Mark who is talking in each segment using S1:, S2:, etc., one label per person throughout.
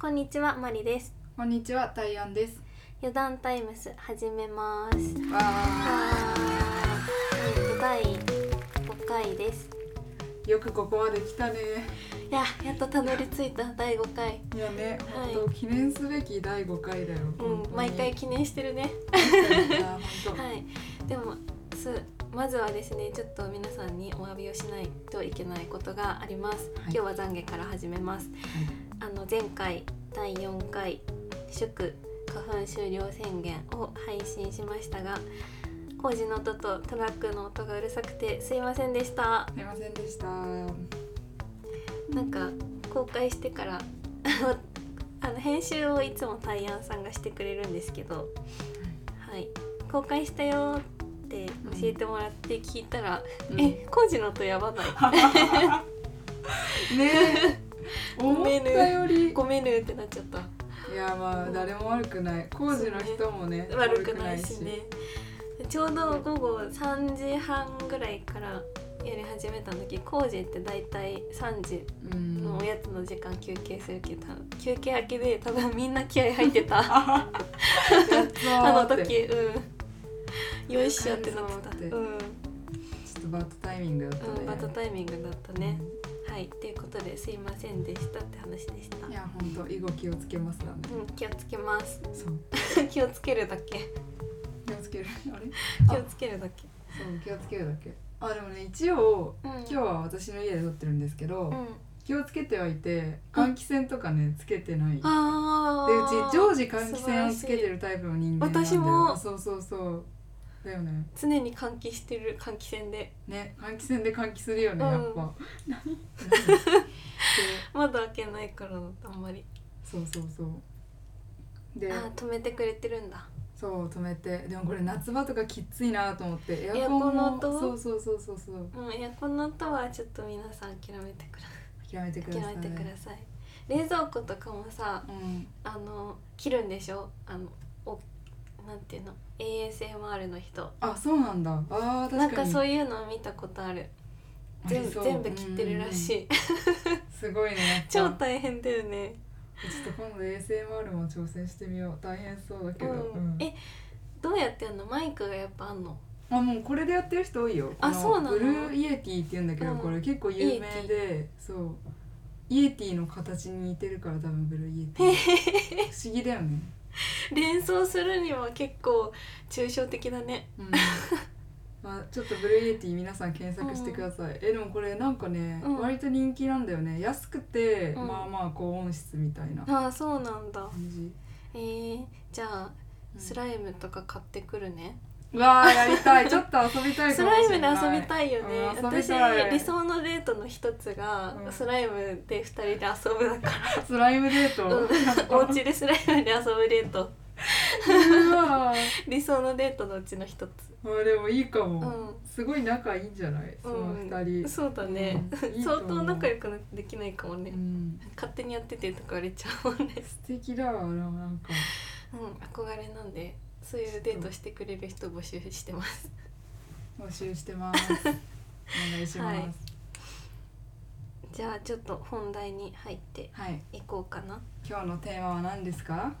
S1: こんにちは、まりです。
S2: こんにちは、たいあんです。
S1: 余談タイムス始めます。
S2: わ
S1: あ
S2: あ、
S1: ーえっと第5回です。
S2: よくここまで来たね。
S1: いや、やっとたどり着いた第5回。
S2: いやね、
S1: はい
S2: 本当記念すべき第5回だよ。 本
S1: う
S2: 当
S1: ん、
S2: に
S1: 毎回。記念してるね。
S2: いや本当
S1: はい。でも、すまずはですね、ちょっと皆さんにお詫びをしないといけないことがあります。
S2: は
S1: 今
S2: い
S1: 日は懺悔から始めます。あの前回第4回祝花粉終了宣言を配信しましたが工事の音とトラックの音がうるさくてすいませんでした
S2: すいませんでした。
S1: なんか公開してから あのあの編集をいつもタイアンさんがしてくれるんですけどはい公開したよって教えてもらって聞いたら、
S2: うん
S1: え工事の音やばない
S2: ねえ、思ったより。
S1: ごめんねってなっちゃった
S2: いや、まあ、誰も悪くない。工事の人もね、
S1: 悪くないしね。ちょうど午後3時半ぐらいからやり始めた時工事って大体3時
S2: うん。
S1: のおやつの時間休憩するけど、休憩明けで多分みんな気合入ってた あ
S2: あ
S1: の時うんよいしょってなってた
S2: 感想って
S1: うん、
S2: ちょっとバッドタイミングだったね。
S1: うん、バトタイミングだったね、はいっていうことですいませんでしたって話でした
S2: いや、本当以後気をつけますなんで。
S1: うん気をつけます
S2: そう。
S1: 気をつけるだけ
S2: 気をつける。あれ。
S1: 気をつけるだけ
S2: そう気をつけるだけあでもね一応
S1: うん
S2: 今日は私の家で撮ってるんですけど、
S1: うん
S2: 気をつけてはいて換気扇とかねつけてないでう
S1: ああ
S2: ち常時換気扇をつけてるタイプの人間なんだよ
S1: 私も
S2: そうそうそうだよね
S1: 常に換気してる換気扇で
S2: ね換気扇で換気するよね、
S1: うん
S2: やっぱ何で
S1: 窓開けないからあんまり
S2: そうそうそうで
S1: あー止めてくれてるんだ
S2: そう止めてでもこれ夏場とかきついなと思ってエ
S1: エア
S2: ア
S1: コ
S2: コ
S1: ン
S2: ン
S1: の
S2: も
S1: 音
S2: そうそうそうそうそう
S1: うんエアコンの音はちょっと皆さん諦めてくだ
S2: 諦めてくださ
S1: 諦
S2: い
S1: めてください冷蔵庫とかもさ
S2: うん
S1: あの切るんでしょあのおなんていうの ASMR の人
S2: あそうなんだあー確かに
S1: なんかそういうの見たことある全部
S2: ありそう
S1: 全部切ってるらし
S2: うん
S1: い
S2: すごいね
S1: 超
S2: あちょ
S1: 大変だよね
S2: っと今度 ASMR も挑戦してみよう大変そうだけ
S1: う
S2: ど、
S1: ん
S2: うん
S1: えどうやってやんのマイクがやっぱあんの
S2: あもうこれでやってる人多いよ
S1: あ
S2: こ
S1: そうなの
S2: ブルーイエティって言うんだけど、
S1: うん
S2: これ結構有名でそうイエティの形に似てるから多分ブルーイエティ不思議だよね、
S1: 連想するには結構抽象的だね
S2: うんまあ、ちょっとブルーイエティ皆さん検索してください、えでもこれなんかね、
S1: うん
S2: 割と人気なんだよね安くて、
S1: うん
S2: まあまあ高音質みたいな感
S1: ああそうなんだ
S2: じ、
S1: えー、じゃあ
S2: うん
S1: スライムとか買ってくるね、
S2: うわあやりたいちょっと遊びたい
S1: ス
S2: かも
S1: ライ
S2: し
S1: ム
S2: れ
S1: で
S2: ない
S1: 遊びたいよね、
S2: うん遊び
S1: 私
S2: たい
S1: 理想のデートの一つが、
S2: うん
S1: スライムで二人で遊ぶだか
S2: スライムデート
S1: ら、 うん、お家でスライムで遊ぶデート
S2: うわ
S1: 理想のデートのうちの一つ
S2: あでもいいかも、
S1: う
S2: すごい仲いいんじゃないその二人、
S1: んそうだね、
S2: うんいいと
S1: 相
S2: 思う
S1: 当仲良くできないかもね、
S2: うん
S1: 勝手にやっててとか言われちゃうもんね
S2: 素敵だわなんか
S1: うん憧れなんでそういうデートしてくれる人募集してます
S2: 募集してますお願いしま
S1: は
S2: す
S1: いじゃあちょっと本題に入って
S2: はい、
S1: いこうかな
S2: 今日のテーマは何ですか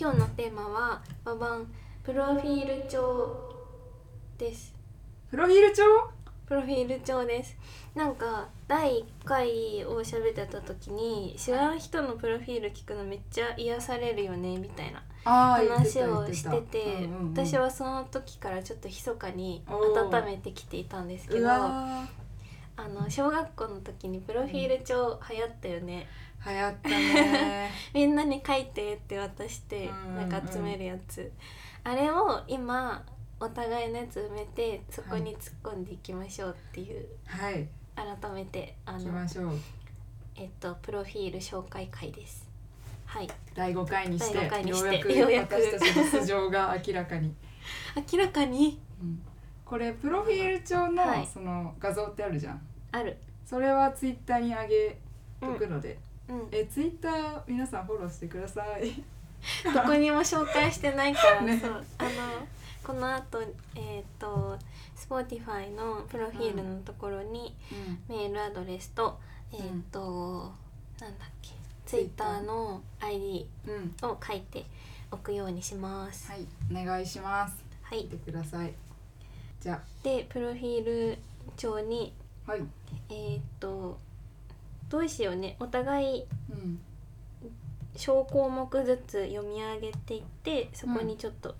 S1: 今日のテーマはババンプロフィール帳です
S2: プロフィール帳
S1: プロフィール帳ですなんか第1回を喋ってた時に知らん人のプロフィール聞くのめっちゃ癒されるよねみたいな
S2: あー言って
S1: 話
S2: た
S1: をして
S2: 言ってうんうんうん
S1: 私はその時からちょっと密かに
S2: おー
S1: 温めてきていたんですけ
S2: う
S1: どあ
S2: わ
S1: の小学校の時にプロフィール帳流行ったよね、
S2: ー流行ったね
S1: みんなに書いてって渡して
S2: うん
S1: なんか集めるやつ、あれを今お互いのやつ埋めてそこに突っ込んでいきましょうっていう、
S2: はい
S1: 改めてあ
S2: 行き
S1: の
S2: ましょう
S1: えっとプロフィール紹介会ですはい
S2: 第5回にして
S1: 第五回にしてよ
S2: よ
S1: う
S2: う
S1: や
S2: や
S1: く
S2: く私たちの素性が明らかに
S1: 明らかに
S2: これプロフィール帳の
S1: はい
S2: その画像ってあるじゃん
S1: ある
S2: それはツイッターに上げ
S1: う
S2: と
S1: ん、
S2: くので、
S1: うん、
S2: えツイッター皆さんフォローしてください
S1: どこにも紹介してないから、
S2: ね
S1: そうあのこの後えっ、と Spotify のプロフィールのところにメールアドレスと、えっ、となんだっけツイッターの ID
S2: うん
S1: を書いておくようにします。
S2: はいお願いします
S1: はい
S2: 見、てくださいじゃ
S1: でプロフィール帳に
S2: あはい
S1: えーっとどうしようねお互い
S2: うん
S1: 小項目ずつ読み上げていってそこにちょっと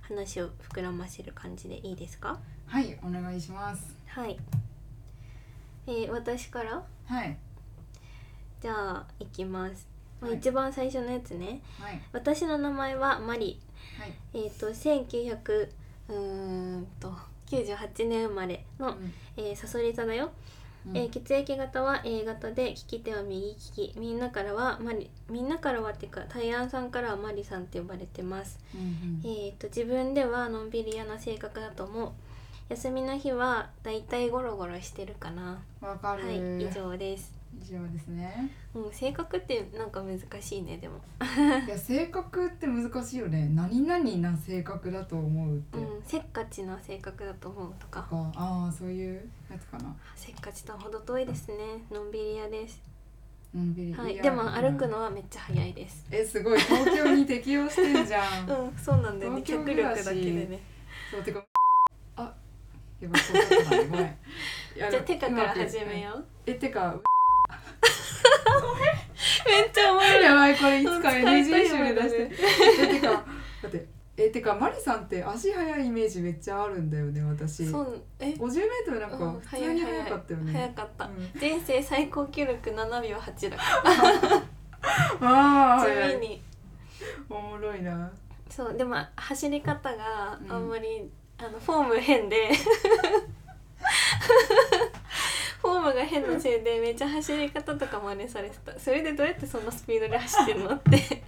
S1: 話を膨らませる感じでいいですか、
S2: はいお願いします
S1: はい、えー私から
S2: はい
S1: じゃあ行きます、まあ
S2: はい
S1: 一番最初のやつね
S2: はい
S1: 私の名前はマリ
S2: はい
S1: えー、と1900うーんと98年生まれの、えー、サソリ座だよ、
S2: うん
S1: えー血液型は A 型で利き手は右利きみんなからはマリみんなからはっていうかタイアンさんからはマリさんって呼ばれてます、
S2: うんうん
S1: えー、と自分ではのんびり嫌な性格だと思う休みの日はだいたいゴロゴロしてるかな
S2: わか
S1: は
S2: る、
S1: い以
S2: 以上
S1: 上です
S2: です ね
S1: うん、性格ってなんか難しいねでも、
S2: いや性格って難しいよね何々な性格だと思うって、
S1: う
S2: と
S1: ん、せっかちな性格だと思うとか
S2: かああそういうやつかな
S1: せっかちとは程遠いですね。のんびり屋です。
S2: のんびり
S1: はい。
S2: や
S1: でも歩く
S2: うん
S1: のはめっちゃ早いです。
S2: えすごい東京に適応してんじ ゃん、
S1: うん、そうなんだよね。脚
S2: 東京
S1: 力
S2: 暮らし
S1: だけでね。
S2: そうてかあやばそうだったなごめんいや
S1: じゃあ手か
S2: う
S1: から
S2: まくいっ
S1: 始めよう。
S2: えてか
S1: めっちゃ面
S2: やばいこれいつか
S1: 白い。使いた
S2: NG
S1: い
S2: 集
S1: も
S2: で
S1: の
S2: 出
S1: だ
S2: して
S1: ね
S2: えてかだってえてかマリさんって足速いイメージめっちゃあるんだよね私
S1: そ
S2: 50
S1: う、え、
S2: メートルなん
S1: う
S2: か
S1: ん
S2: 普通に速かったよ
S1: 早
S2: ね、
S1: かった
S2: う。ん
S1: 人生最高記録7秒8だか
S2: あ
S1: ら
S2: あ
S1: 地
S2: 早
S1: 味
S2: い
S1: に
S2: おもろいな
S1: そうでも走り方が
S2: うん
S1: あんまり、あのフォーム変で フォームが変なせいでめっちゃ走り方とか真似されてたそれでどうやってそんなスピードで走ってんのって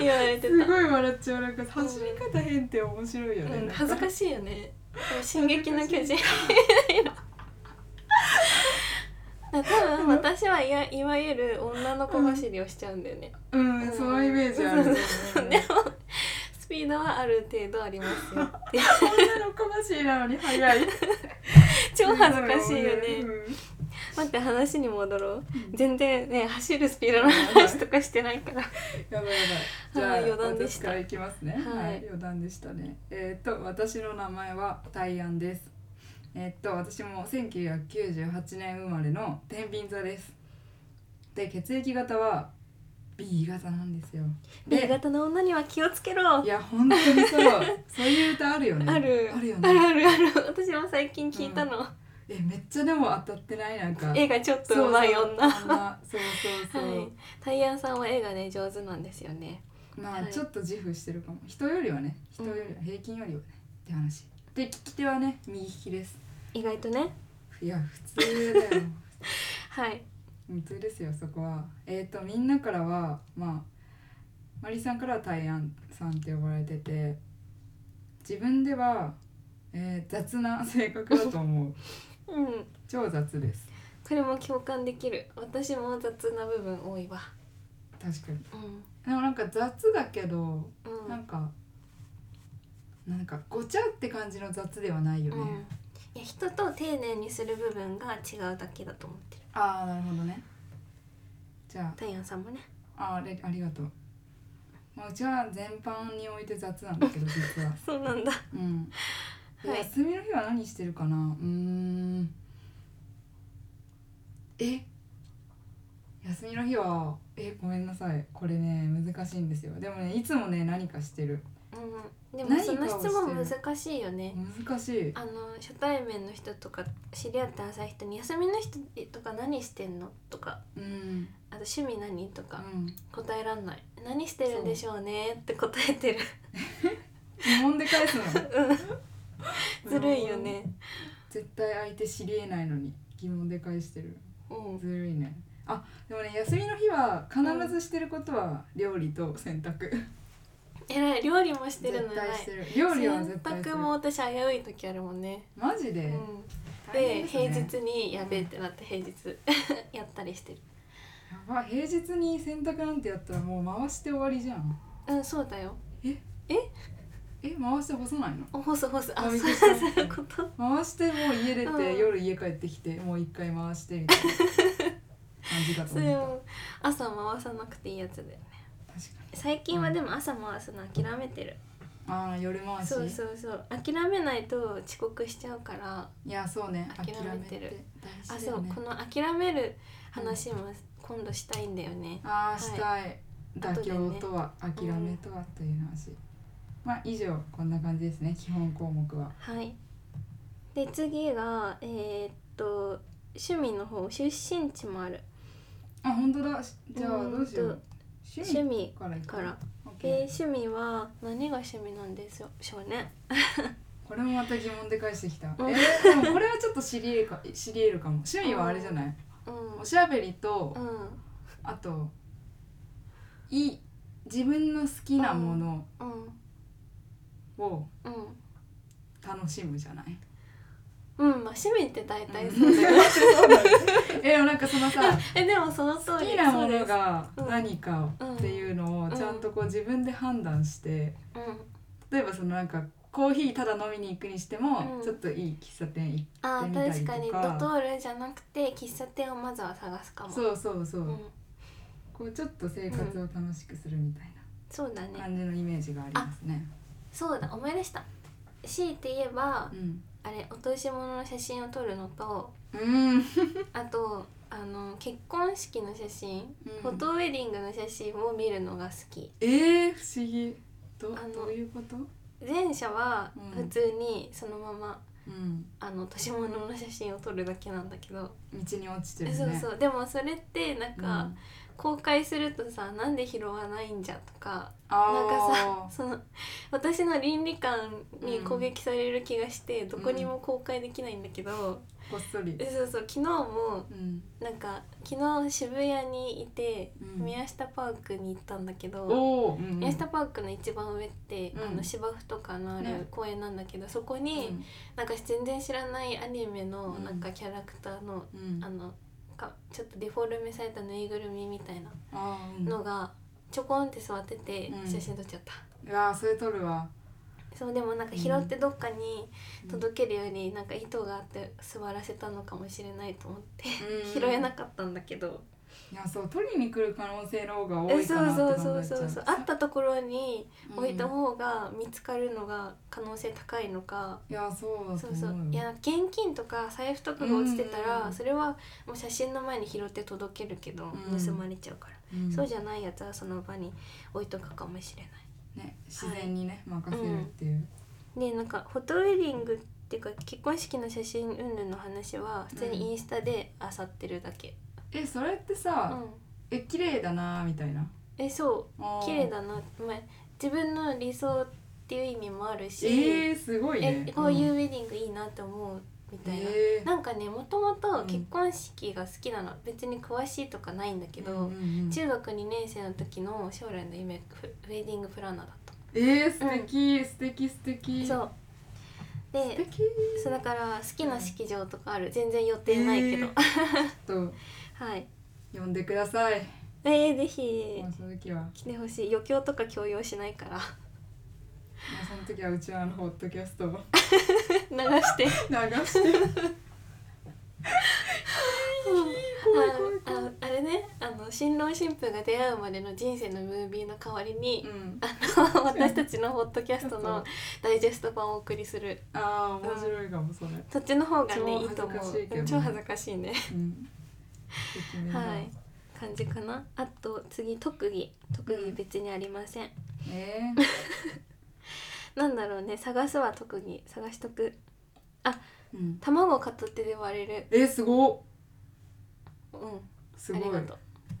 S1: 言われてた、
S2: すごい笑っちゃうなんか走り方変って面白いよね、
S1: うん、
S2: なん
S1: 恥ずかしいよねでも進撃の巨人多分私はいやいわゆる女の子走りをしちゃうんだよね、
S2: うんそのイメージある、
S1: そうそうそうでもスピードはある程度ありますよって いう
S2: 女の子走りなのに速い
S1: 超恥ずかしいよ
S2: う
S1: ね
S2: ん
S1: 待って話に戻ろう
S2: うん
S1: 全然ね走るスピードの話とかしてない から
S2: やばいやばい。じゃあ、
S1: はい余談でした
S2: 私からいきますね。
S1: は
S2: はいい、余談でしたね。えーっと、私の名前はタイアンです。えーっと、私も1998年生まれの天秤座です。で、血液型は B 型なんですよ。
S1: B
S2: で、
S1: 型の女には気をつけろあ
S2: い
S1: る
S2: や本当にそう。 そういう歌あるよね。
S1: ある
S2: あるよ
S1: ある
S2: ね。
S1: ある私も最近聞いたの、
S2: え、めっちゃでも当たってないなんか。
S1: 絵がちょっ
S2: そうそ
S1: と
S2: う
S1: 上手い女
S2: あんなそうそうそう。
S1: はいタイヤンさんは絵がね上手なんですよね
S2: ま
S1: は
S2: あ
S1: い
S2: ちょっと自負してるかも人よりはね人よりは平均よりはね、って話で利き手はね右利きです
S1: 意外とね
S2: いや普通だよ
S1: はい
S2: 普通ですよそこはえっ、とみんなからはまあマリさんからは大安さんって呼ばれてて自分では、えー雑な性格だと 思う
S1: うん
S2: 超雑です
S1: これも共感できる私も雑な部分多いわ
S2: 確かに
S1: うん
S2: でもなんか雑だけど
S1: うん、
S2: なんかなんかごちゃって感じの雑ではないよね、
S1: うんいや人と丁寧にする部分が違うだけだと思ってる
S2: ああなるほどねじゃ
S1: タイヤンさんもね
S2: あああれありがとう、まあ、うちは全般において雑な んだけど実は
S1: そうなんだ
S2: うん、で
S1: はい
S2: 休みの日は何してるかなうーんえ休みの日はえごめんなさいこれね難しいんですよでもねいつもね何かしてる
S1: うん、でもその質問難しいよね。
S2: 難しい
S1: あの初対面の人とか知り合って浅い人に「休みの人とか何してんの?」とか
S2: うん、
S1: 「あと趣味何?」と
S2: う
S1: か
S2: ん、
S1: 答えらんない「何してるんでしょうね」って答えてる
S2: 疑問で返すの
S1: ずるいよね
S2: 絶対相手知りえないのに疑問で返してる
S1: うん
S2: ずるいねあでもね休みの日は必ずしてることは料理と洗濯、
S1: えらい料理もしてるの
S2: 絶
S1: 偉
S2: 対
S1: い
S2: してる料理は絶対
S1: 洗
S2: する
S1: 濯も私危うい時あるもんね、
S2: マジで、
S1: うん、
S2: 大
S1: で
S2: 変すね
S1: 平日にやべえってなって平日 やったりしてる
S2: やば平日に洗濯なんてやったらもう回して終わりじゃん
S1: うんそうだよ
S2: え回して干さないの
S1: お干す干すあそ
S2: あ
S1: う
S2: びっく
S1: そう
S2: りした
S1: いうこと
S2: 回してもう家出て、
S1: うん
S2: 夜家帰ってきてもう一回回してみたいなじかと
S1: そ
S2: 思っ
S1: れ
S2: た
S1: を朝回さなくていいやつだよね
S2: 確かに
S1: 最近はでも朝回すの諦めてる
S2: ああ夜回し
S1: そうそうそう諦めないと遅刻しちゃうから
S2: いやそうね
S1: 諦めてる
S2: 諦
S1: あ
S2: めて大事だ
S1: そ
S2: よ
S1: う
S2: ね
S1: この諦める話も今度したいんだよね
S2: ああしたい、妥
S1: 後でね
S2: 協とは諦めとはという話、まあ以上こんな感じですね基本項目は
S1: はいで次がえーっと趣味の方出身地もある
S2: あ本当だしじゃあ
S1: うん
S2: どうしよう
S1: 趣
S2: 趣味
S1: 味
S2: からいく
S1: から、
S2: オッケー
S1: えー趣味は何が趣味なんでしょうね
S2: これもまた疑問で返してきた、
S1: うん
S2: えーでもこれはちょっと知り得るか知り得るかも趣味はあれじゃない
S1: うん
S2: おしゃべりと、
S1: うん
S2: あといい自分の好きなもの
S1: うん
S2: を
S1: うん
S2: 楽しむじゃない、
S1: うん、まあ趣味って大体そうだよ、ね
S2: えでもなんかそのさ
S1: えでもその通
S2: 好
S1: り
S2: きなも
S1: そう
S2: の
S1: です
S2: が何かっていうのを
S1: ん
S2: ちゃんとこう自分で判断して
S1: うん
S2: 例えばそのなんかコーヒーただ飲みに行くにしても、
S1: うん
S2: ちょっといい喫茶店行く
S1: あー
S2: やって
S1: 確
S2: みた
S1: か
S2: り
S1: に
S2: と
S1: ド
S2: か
S1: トールじゃなくて喫茶店をまずは探すかもう、
S2: そうそうそう、
S1: ん、
S2: こうちょっと生活を楽しくするみたい
S1: そうだ
S2: な
S1: ね
S2: 感じのイメージがありますね、
S1: そうだ思い出した強いて言えば
S2: うん
S1: あれ落とし物の写真を撮るのと
S2: うん
S1: あとあの結婚式の写真、
S2: うん
S1: フォトウェディングの写真を見るのが好き
S2: えー、不思議ど
S1: あの
S2: どういうこと、
S1: 前者は
S2: うん
S1: 普通にそのまま、
S2: うん、
S1: あの落とし物の写真を撮るだけなんだけど、
S2: 道に落ちてるね
S1: そうそうでもそれってなん
S2: うん
S1: か、公開するとさなんで拾わないんじゃとか
S2: あ
S1: なんかさそ
S2: ー
S1: の私の倫理観に攻撃される気がして、どこにも公開できないんだけど、
S2: こっそり
S1: えそうそう昨日も
S2: うん
S1: なんか昨日渋谷にいて、
S2: うん
S1: 宮下パークに行ったんだけど
S2: おお、うんうん
S1: 宮下パークの一番上って、
S2: うん
S1: あの芝生とかのあ
S2: ね
S1: る公園なんだけど、そこに、なんか全然知らないアニメの
S2: うん
S1: なんかキャラクターの、
S2: うんうん
S1: あのかちょっとデフォルメされたぬいぐるみみたいな
S2: あーうん
S1: のがちょこんって座ってて
S2: うん
S1: 写真撮っちゃった。
S2: いやーそれ撮るわ
S1: そうでもなんか拾ってどっかに届けるよりなんか糸があって座らせたのかもしれないと思って、
S2: うん
S1: 拾えなかったんだけど、
S2: いやそう取りに来る可能性の方が多
S1: え
S2: い
S1: そ
S2: か
S1: う
S2: なって
S1: そ
S2: 考
S1: う
S2: えちゃ
S1: そう
S2: う
S1: そうそうあったところに置いた
S2: うん
S1: 方が見つかるのが可能性高いのか、
S2: いやそうだと
S1: そう
S2: 思
S1: そう
S2: うよ
S1: いや現金とか財布とかが落ちてたら、
S2: うん
S1: それはもう写真の前に拾って届けるけど、
S2: うん
S1: 盗まれちゃうから、
S2: うん
S1: そうじゃないやつはその場に置いとくかもしれない。
S2: ね自然にね、任せるっていう、
S1: でなんかフォトウェディングっていうか結婚式の写真云々の話は普通にインスタで漁ってるだけ、
S2: えそれって
S1: う
S2: さ、
S1: ん、
S2: え綺麗だなーみたいな
S1: えそ
S2: あ
S1: う
S2: ー
S1: 綺麗だな、まあ、自分の理想っていう意味もあるし、
S2: えー、すごいね
S1: えこういう
S2: う
S1: ウェディングいいなって思うみたいな、
S2: えー
S1: なんかねもともと
S2: うん
S1: 結婚式が好きなの、別に詳しいとかないんだけど、
S2: うんうんうん
S1: 中学2年生の時の将来の夢フウェディングプランナーだった、
S2: えー、素敵、素敵素敵
S1: そう
S2: 素
S1: で
S2: 敵ち
S1: そうだから好きな式場とかある全然予定ないけど、
S2: えょっと
S1: はい
S2: 呼んでください
S1: えー、ぜひ
S2: もうその時はもう
S1: 来てほしい余興とか強要しないから
S2: その時はうちはあのホットキャストを
S1: 流して
S2: 流して怖い怖い
S1: あああれねあの新郎新婦が出会うまでの人生のムービーの代わりに、
S2: うん
S1: あの 私たちのホットキャスト
S2: そう
S1: のダイジェスト版をお送りする
S2: ああ面白いかもそれ、
S1: そっちの方がねいい
S2: 超
S1: と思
S2: 恥ずかしいけど
S1: う超恥ずかしいね
S2: うん、素敵ね
S1: はい感じかなあと次特技特技別にありません、
S2: え
S1: なんだろうね探すは特技探しとく
S2: ーうん、
S1: 卵片手で割れる
S2: えすごっ
S1: う
S2: す
S1: んあ
S2: ごい
S1: りがとう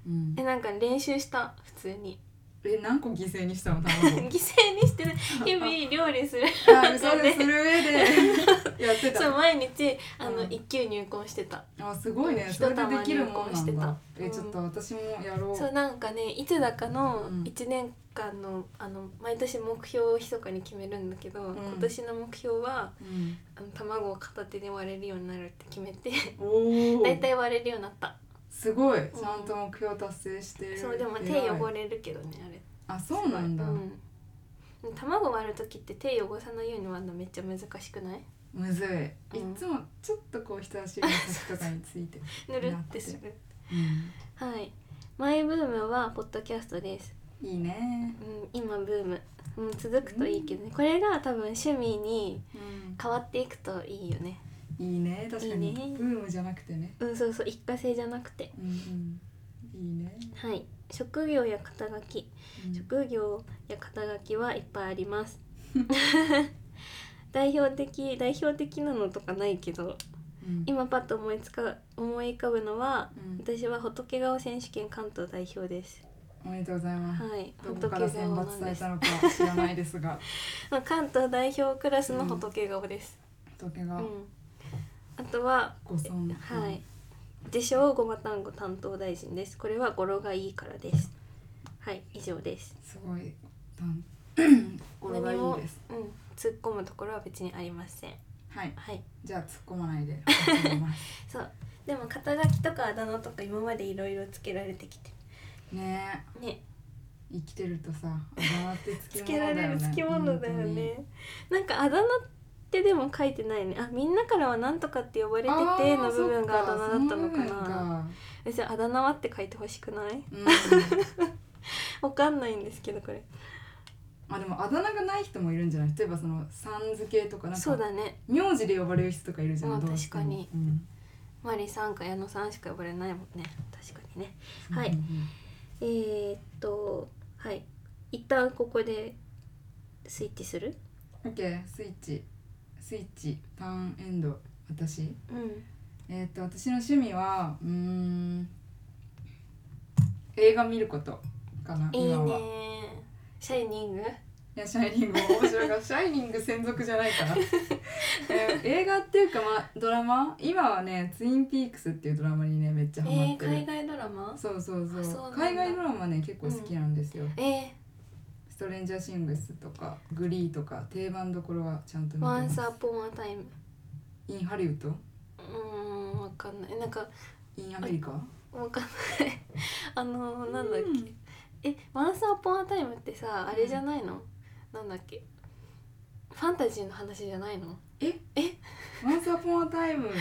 S2: うん
S1: え、なんか練習した普通に
S2: え何個犠牲にした の卵
S1: 犠牲にしてね日々料理す る
S2: あ嘘でする上 でやって
S1: そう
S2: た
S1: 毎日あの
S2: うん
S1: 一級入魂してた、
S2: あすごいね
S1: 一
S2: それで
S1: 玉
S2: できるもん
S1: 入魂して
S2: なん
S1: た
S2: だ
S1: う
S2: え
S1: ん
S2: ちょっと私もやろう
S1: そうなんかねいつだかの
S2: うん
S1: 1年間のあの毎年目標を密かに決めるんだけど、
S2: ん
S1: 今年の目標は
S2: うん、
S1: あの卵を片手で割れるようになるって決めて
S2: おお
S1: 大体割れるようになった
S2: すごいちゃんと目標達成して
S1: そうでも手
S2: 偉い
S1: 汚れるけどねあれ
S2: あそうなんだ、
S1: うん卵割る時って手汚さないように割るのめっちゃ難しくない
S2: むずい、
S1: うん
S2: いつもちょっとこう人差し指の先とかについて
S1: ぬるってするはいマイブームはポッドキャストです、
S2: いいね
S1: うん、今ブーム、うん、続くといいけどねこれが多分趣味に
S2: うん
S1: 変わっていくといいよね
S2: いいね確か
S1: いい
S2: に
S1: ね
S2: ブームじゃなくてね
S1: うんそうそう一過性じゃなくて
S2: うんうんいいね
S1: はい職業や肩書き職業や肩書きはいっぱいあります 代表的代表的なのとかないけど
S2: うん
S1: 今パッと思いつか思い浮かぶのは
S2: うん
S1: 私は仏顔選手権関東代表です
S2: おめでとうございます
S1: はい
S2: どこから
S1: 仏
S2: 選
S1: 顔な
S2: 抜
S1: ん
S2: され
S1: です
S2: たのか知らないですが
S1: まあ関東代表クラスの仏顔です
S2: 仏
S1: う
S2: が
S1: んあとは
S2: ご存
S1: はい自称ごま単語担当大臣ですこれは語呂がいいからですはい以上です
S2: すごいたん語呂がいいです
S1: 何もうん突っ込むところは別にありません
S2: はい
S1: はい
S2: じゃあ突っ込まないで突っ込みます
S1: そうでも肩書きとかあだ名とか今までいろいろつけられてきて
S2: ねえ
S1: ね
S2: 生きてるとさあだ名ってつ
S1: つ
S2: け
S1: け
S2: 物
S1: ら
S2: だ
S1: れ
S2: よね
S1: るつきものだよねなんかあだ名ってでも書いてないねあみんなからはなんとかって呼ばれて
S2: 本当に
S1: ての部分があだ名だったのか
S2: あーそっそ
S1: な別にあだ名はって書いてほしくない
S2: の部分か
S1: わかんないんですけどこれ
S2: うん、あでもあだ名がない人もいるんじゃない例えばそのさん付けとかなん
S1: そう
S2: か
S1: だね
S2: 名字で呼ばれる人とかいるじゃん、
S1: まあ
S2: どうしても
S1: 確かに
S2: うん
S1: マリさんか矢野さんしか呼ばれないもんね確かにねはい
S2: うんうんうん
S1: えー、っとはい一旦ここでスイッチする
S2: オッケースイッチスイッチターンエンド私
S1: うん
S2: えーっと私の趣味はうーん映画見ることかない
S1: いね
S2: 今は
S1: シャイニング
S2: いやシャイニングも面 白いがシャイニング専属じゃないからえー映画っていうかまあドラマ今はねツインピークスっていうドラマにねめっちゃ
S1: え
S2: ハマっ
S1: ー、
S2: てる、
S1: 海外ドラマ
S2: そうそうそう
S1: あそうなんだ
S2: 海外ドラマね結構好きなんですよ、
S1: えー、
S2: ストレンジャーシングスとかグリーとか定番どころはちゃんと見て
S1: ワ
S2: ま
S1: ン
S2: す
S1: サーポンアタイム
S2: インハリウッド
S1: うーんわかんないなんか
S2: インアメリカ
S1: わかんない あのー、なんだっけえワンサーポンアタイムってさあれじゃないの、なんだっけファンタジーの話じゃないの
S2: え
S1: え
S2: ワンサポンアタイムわ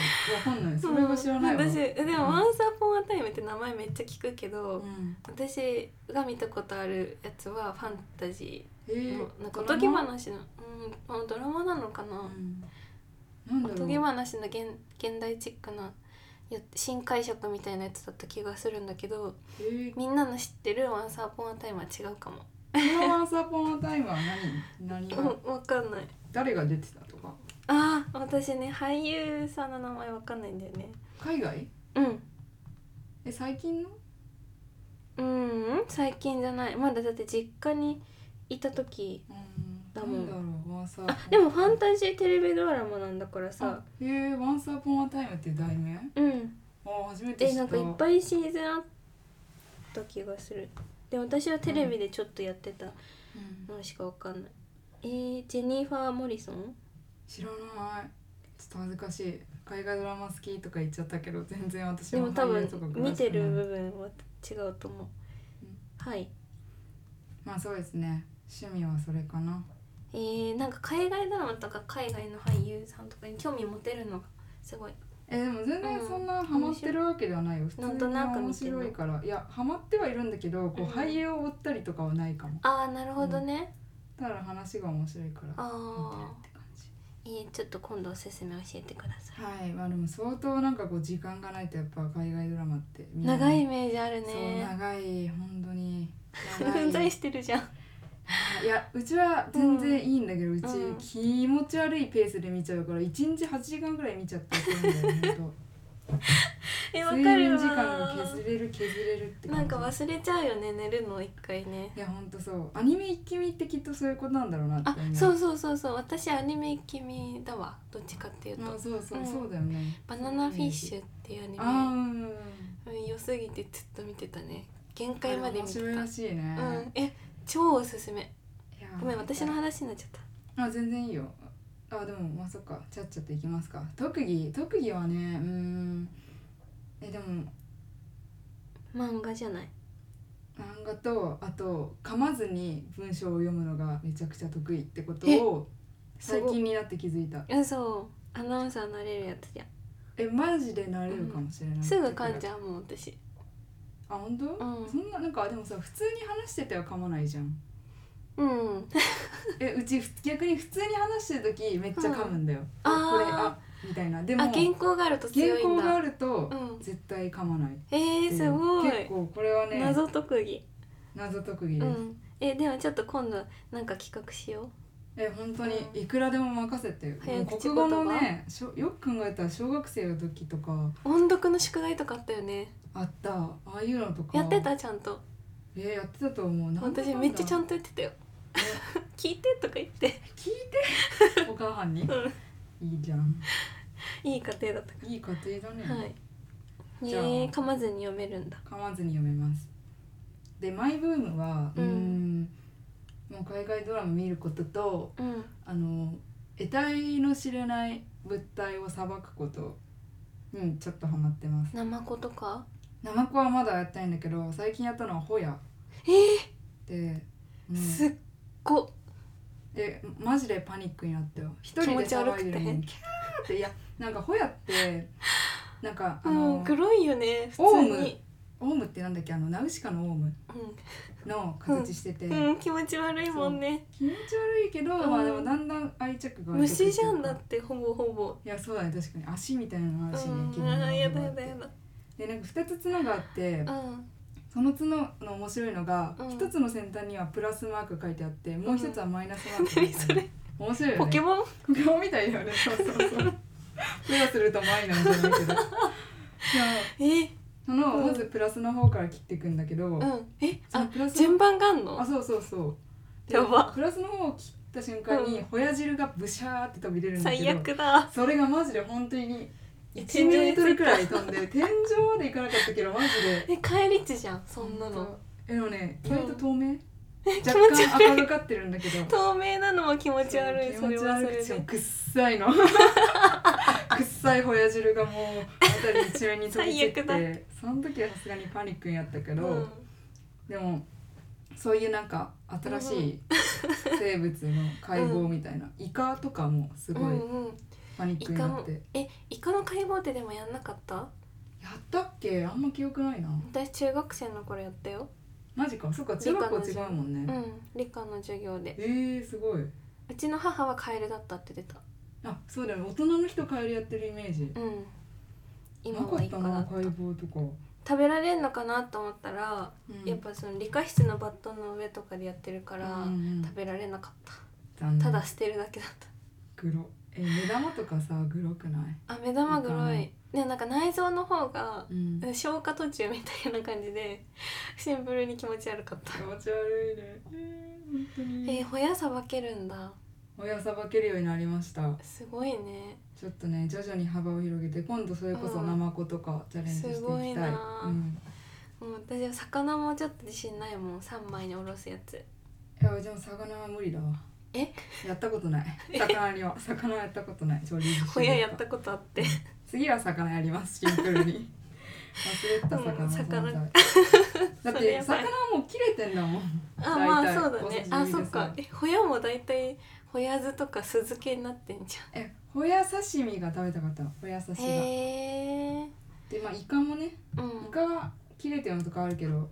S2: かんないそれは知らないわ、
S1: う
S2: うんん、
S1: 私えでも「ワンサーポンアタイム」って名前めっちゃ聞くけど、
S2: うん
S1: 私が見たことあるやつはファンタジ
S2: え
S1: ー
S2: ー
S1: の、なんかお
S2: ドラマ
S1: とぎ話のうんあドラマなのかな、
S2: うん、な
S1: お
S2: んだ
S1: と
S2: ろ
S1: ぎ
S2: う
S1: 話の現現代チックなや新解釈みたいなやつだった気がするんだけど
S2: えー、
S1: みんなの知ってる「ワンサーポンアタイム」は違うかも
S2: このワンサポンアタイムは何何が
S1: うんわかんない
S2: 誰が出てたとか
S1: あー私ね俳優さんの名前わかんないんだよね
S2: 海外
S1: うん
S2: え最近の
S1: うん最近じゃないまだだって実家にいた時
S2: うん
S1: だもん
S2: なんだろうワンサーポン
S1: あでもファンタジーテレビドラマなんだからさ
S2: あえー、ワンサポンアタイムって題名
S1: うん
S2: あ初めて知っ
S1: え
S2: た
S1: なんかいっぱいシーズンあった気がするで私はテレビでちょっとやってた
S2: うん
S1: のしかわかんないえー、ジェニファー・モリソン
S2: 知らないちょっと恥ずかしい海外ドラマ好きとか言っちゃったけど全然私
S1: でも
S2: も
S1: 多
S2: 俳
S1: 分
S2: 優とか詳しくない
S1: 見てる部分は違うと思う
S2: うん
S1: はい
S2: まあそうですね趣味はそれかな
S1: えー、なんか海外ドラマとか海外の俳優さんとかに興味持てるのがすごい
S2: えでも全然
S1: うん
S2: そんなハマってるわけではないよ、普通
S1: なん
S2: に
S1: となく
S2: 面
S1: 見てる
S2: 白いからいやハマってはいるんだけどこ
S1: う
S2: う、
S1: ん
S2: 俳優を追ったりとかはないかも
S1: ああなるほどね、
S2: ただ話が面白いから
S1: あ
S2: 見
S1: あ
S2: てるって感じ
S1: えー、ちょっと今度おすすめ教えてください
S2: はいまあでも相当なんかこう時間がないとやっぱ海外ドラマって見ない
S1: 長いイメージある
S2: そう
S1: ね
S2: 長い本当に
S1: うんざ
S2: 長
S1: り
S2: い
S1: してるじ ゃん
S2: いやうちは全然いいんだけど、うち、
S1: うん
S2: 気持ち悪いペースで見ちゃうから一日8時間ぐらい見ちゃってるんだよ ねほんと
S1: えわか
S2: 睡
S1: るわ
S2: 眠時間が削れる削れるって感じ
S1: なんか忘れちゃうよね寝るの一回ね
S2: いやほんとそうアニメ一気見ってきっとそういうことなんだろうなって
S1: あ
S2: 思う
S1: そうそうそうそう私アニメ一気見だわどっちかっていうと
S2: あそうそう、
S1: うん
S2: そうだよね
S1: 「バナナフィッシュ」っていう
S2: あ
S1: アニ
S2: ーうんうんうん
S1: メうん良すぎてずっと見てたね限
S2: あれ
S1: 界まで
S2: 面
S1: 見て
S2: 白い
S1: た
S2: らしいね、
S1: うんえ超おすすめ
S2: いや
S1: ごめん私の話になっちゃった
S2: あ全然いいよあでもまあそっかちゃっちゃっていきますか特技特技はねうーんえでも
S1: 漫画じゃない
S2: 漫画とあと噛まずに文章を読むのがめちゃくちゃ得意ってことを
S1: す
S2: 最
S1: ごい
S2: 近になって気づいた
S1: うんそうアナウンサーになれるやつじゃん
S2: えマジでなれるかもしれない、
S1: すぐ噛んじ
S2: ゃ
S1: ゃうもん私
S2: あ本当、
S1: うん
S2: そんななんかでもさ普通に話してては噛まないじゃん
S1: うん
S2: えうちふ逆に普通に話してる時めっちゃ噛むんだよ、
S1: うん
S2: あこれ
S1: あ
S2: あみたいなでも
S1: あ原稿があると強
S2: 原
S1: いん
S2: 稿があ
S1: だ
S2: ると
S1: うん
S2: 絶対噛まないっ
S1: え
S2: てい
S1: ー、
S2: う
S1: すごい、
S2: 結構これはね謎
S1: 謎特技
S2: 特技で
S1: う
S2: す、
S1: んえでもちょっと今度なんか企画しよ
S2: え本当に
S1: うん
S2: いくらでも任せて、
S1: 早
S2: もう
S1: 口
S2: 国
S1: 言
S2: 語
S1: 葉
S2: のねしょよく考えたら小学生の時とか
S1: う音読の宿題とかあったよね
S2: あったああいうのとか
S1: やってたちゃんと
S2: えーやってたと思うなんで
S1: 私
S2: なんだ
S1: めっちゃちゃんと言ってたよ 聞いてとか言って
S2: 聞い てお母さんに、いいじゃん
S1: いい家庭だったか
S2: いい家庭だね、
S1: らはいえ
S2: じゃあ
S1: ー、噛まずに読めるんだ
S2: 噛まずに読めますでマイブームはう
S1: うん
S2: ーんもう海外ドラマ見ることと
S1: うん
S2: あの得体の知れない物体をさばくことにちょっとハマってます
S1: ナマコとか
S2: ナマコはまだやってないんだけど最近やったのはホヤ
S1: え
S2: で、うん
S1: すっご
S2: でマジでパニックになったよ一人で騒いでるのにキャーっていやなんかホヤってなんかあ
S1: うん
S2: の、
S1: 黒いよね普
S2: オウ
S1: 通
S2: ム
S1: に
S2: オウムってなんだっけあのナウシカのオウムの形してて、
S1: うん、うん、気持ち悪いもんね
S2: 気持ち悪いけど、
S1: うん
S2: まあでもだんだん愛着が湧いてくる
S1: 虫じゃんだってほぼほぼ
S2: いやそうだね確かに足みたいなのあ
S1: う
S2: るしね毛
S1: ん
S2: の
S1: あーや
S2: 長
S1: だ
S2: い
S1: や
S2: のが
S1: だ
S2: あって
S1: やだ
S2: でなんか2つ角があって
S1: うん
S2: その角の面白いのが、
S1: うん
S2: 一1つの先端にはプラスマーク書いてあってもう1つはマイナスマーク書い
S1: 何
S2: てあ
S1: そ
S2: る、
S1: れ
S2: 面白いよね
S1: ポケモン
S2: ポケモンみたいだよねそうそうそうプレイするとマイナスなんだけどいや
S1: えー、
S2: その、
S1: うん
S2: まずプラスの方から切っていくんだけど、
S1: うんえ
S2: その
S1: あ
S2: プラスの
S1: 順番があんの
S2: あそうそうそうで
S1: やば
S2: プラスの方を切った瞬間に、
S1: うん
S2: ホヤ汁がブシャーって飛び出るんだけど
S1: 最悪だ
S2: それがマジで本当に
S1: 天
S2: 1
S1: 井
S2: メ
S1: に
S2: ートルくらい飛んで天井までいかなかったけどマジで
S1: え帰り地じゃんそんな
S2: ほ
S1: の
S2: とえでもね意外と透明、
S1: 気持
S2: 若
S1: ち
S2: 干
S1: 悪い
S2: 明るかってるんだけど
S1: 透明なのも気持ち悪い
S2: 気
S1: そ
S2: 持
S1: れ
S2: ち
S1: はそ
S2: 悪
S1: れ
S2: くて
S1: で
S2: くっ さいのくっさいホヤ汁がもう辺り一面に飛び散っ
S1: 最悪
S2: てその時はさすがにパニックになったけど、
S1: うん
S2: でもそういうなんか新しい生物の解剖みたいな、イカとかもす
S1: う
S2: ごい
S1: んうん
S2: パニッ
S1: イ
S2: クにな
S1: カ
S2: っ
S1: も
S2: て、
S1: えイカの解剖ってでもやんなかった
S2: やったっけあんま記憶ないな
S1: 私中学生の頃やったよ
S2: マジかそっか中学校違うもんね、
S1: うん理科の授業で
S2: えー、すごいう
S1: ちの母はカエルだったって出た
S2: あそうだよね大人の人カエルやってるイメージ
S1: うん今
S2: なか
S1: は
S2: っ
S1: イカ
S2: た
S1: だ
S2: な
S1: った
S2: 解剖とか、
S1: 食べられるのかなと思ったら、
S2: うん
S1: やっぱその理科室のバットの上とかでやってるから、
S2: うんうん
S1: 食べられなかった
S2: 残念
S1: ただ捨てるだけだった
S2: グロえ目玉とかさグロくない、
S1: あ目玉黒いでもなんか内臓の方が
S2: うん気
S1: 消化途中みたいな感じ でシンプルに気持ち悪かった
S2: 持ち悪いねえー、本当
S1: えー、
S2: に
S1: ホヤさばけるんだ
S2: 親さばけるようになりました
S1: すごいね
S2: ちょっとね徐々に幅を広げて今度それこそ
S1: うん
S2: ナマコとかチャレンジしていき
S1: す
S2: たい、う
S1: ご
S2: ん
S1: いなあもう私は魚もちょっと自信ないもん3枚におろすやつ
S2: いやでも魚は無理だわ
S1: え
S2: やったことない魚には魚はやったことない調理実 習
S1: ホヤやったことあって
S2: 次は魚やりますシンプルに忘れてた魚
S1: う
S2: の存在
S1: ん魚
S2: だっ
S1: それや
S2: て
S1: ばい
S2: 魚はもう切れてんだもん
S1: あ
S2: 大
S1: まあ
S2: 体
S1: そうだね
S2: お
S1: あ
S2: 刺身でさ
S1: そっかえホヤも大体ホヤ酢とか酢漬けになってんじ
S2: えホヤ刺身が食べたかったのホヤ刺
S1: ゃん
S2: しが
S1: へえ
S2: でまあイカもね
S1: うん
S2: イカは切れてるのとかあるけど、
S1: うんうん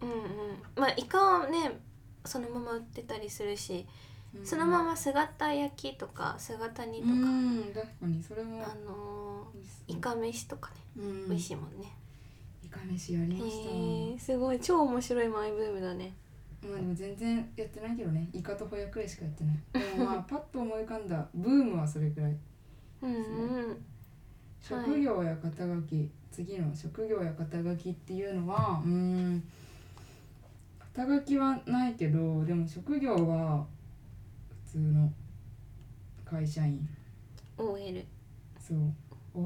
S1: まあイカはねそのまま売ってたりするし、
S2: うん
S1: そのまま姿焼きとか姿煮
S2: う
S1: とか、
S2: ん確かにそれも
S1: あの
S2: 美味しそ
S1: ー、
S2: う
S1: イカ飯とかね、
S2: うん
S1: 美味しいもんね
S2: イカ飯やり
S1: へ
S2: ました、
S1: えすごい超面白いマイブームだね
S2: まあでも全然やってないけどねイカとホヤくらいしかやってないでもまあパッと思い浮かんだブームはそれくらい
S1: うんうんはい
S2: 職業や肩書き、次の職業や肩書きっていうのはうーん肩書きはないけどでも職業は普通の会社員
S1: OL
S2: そう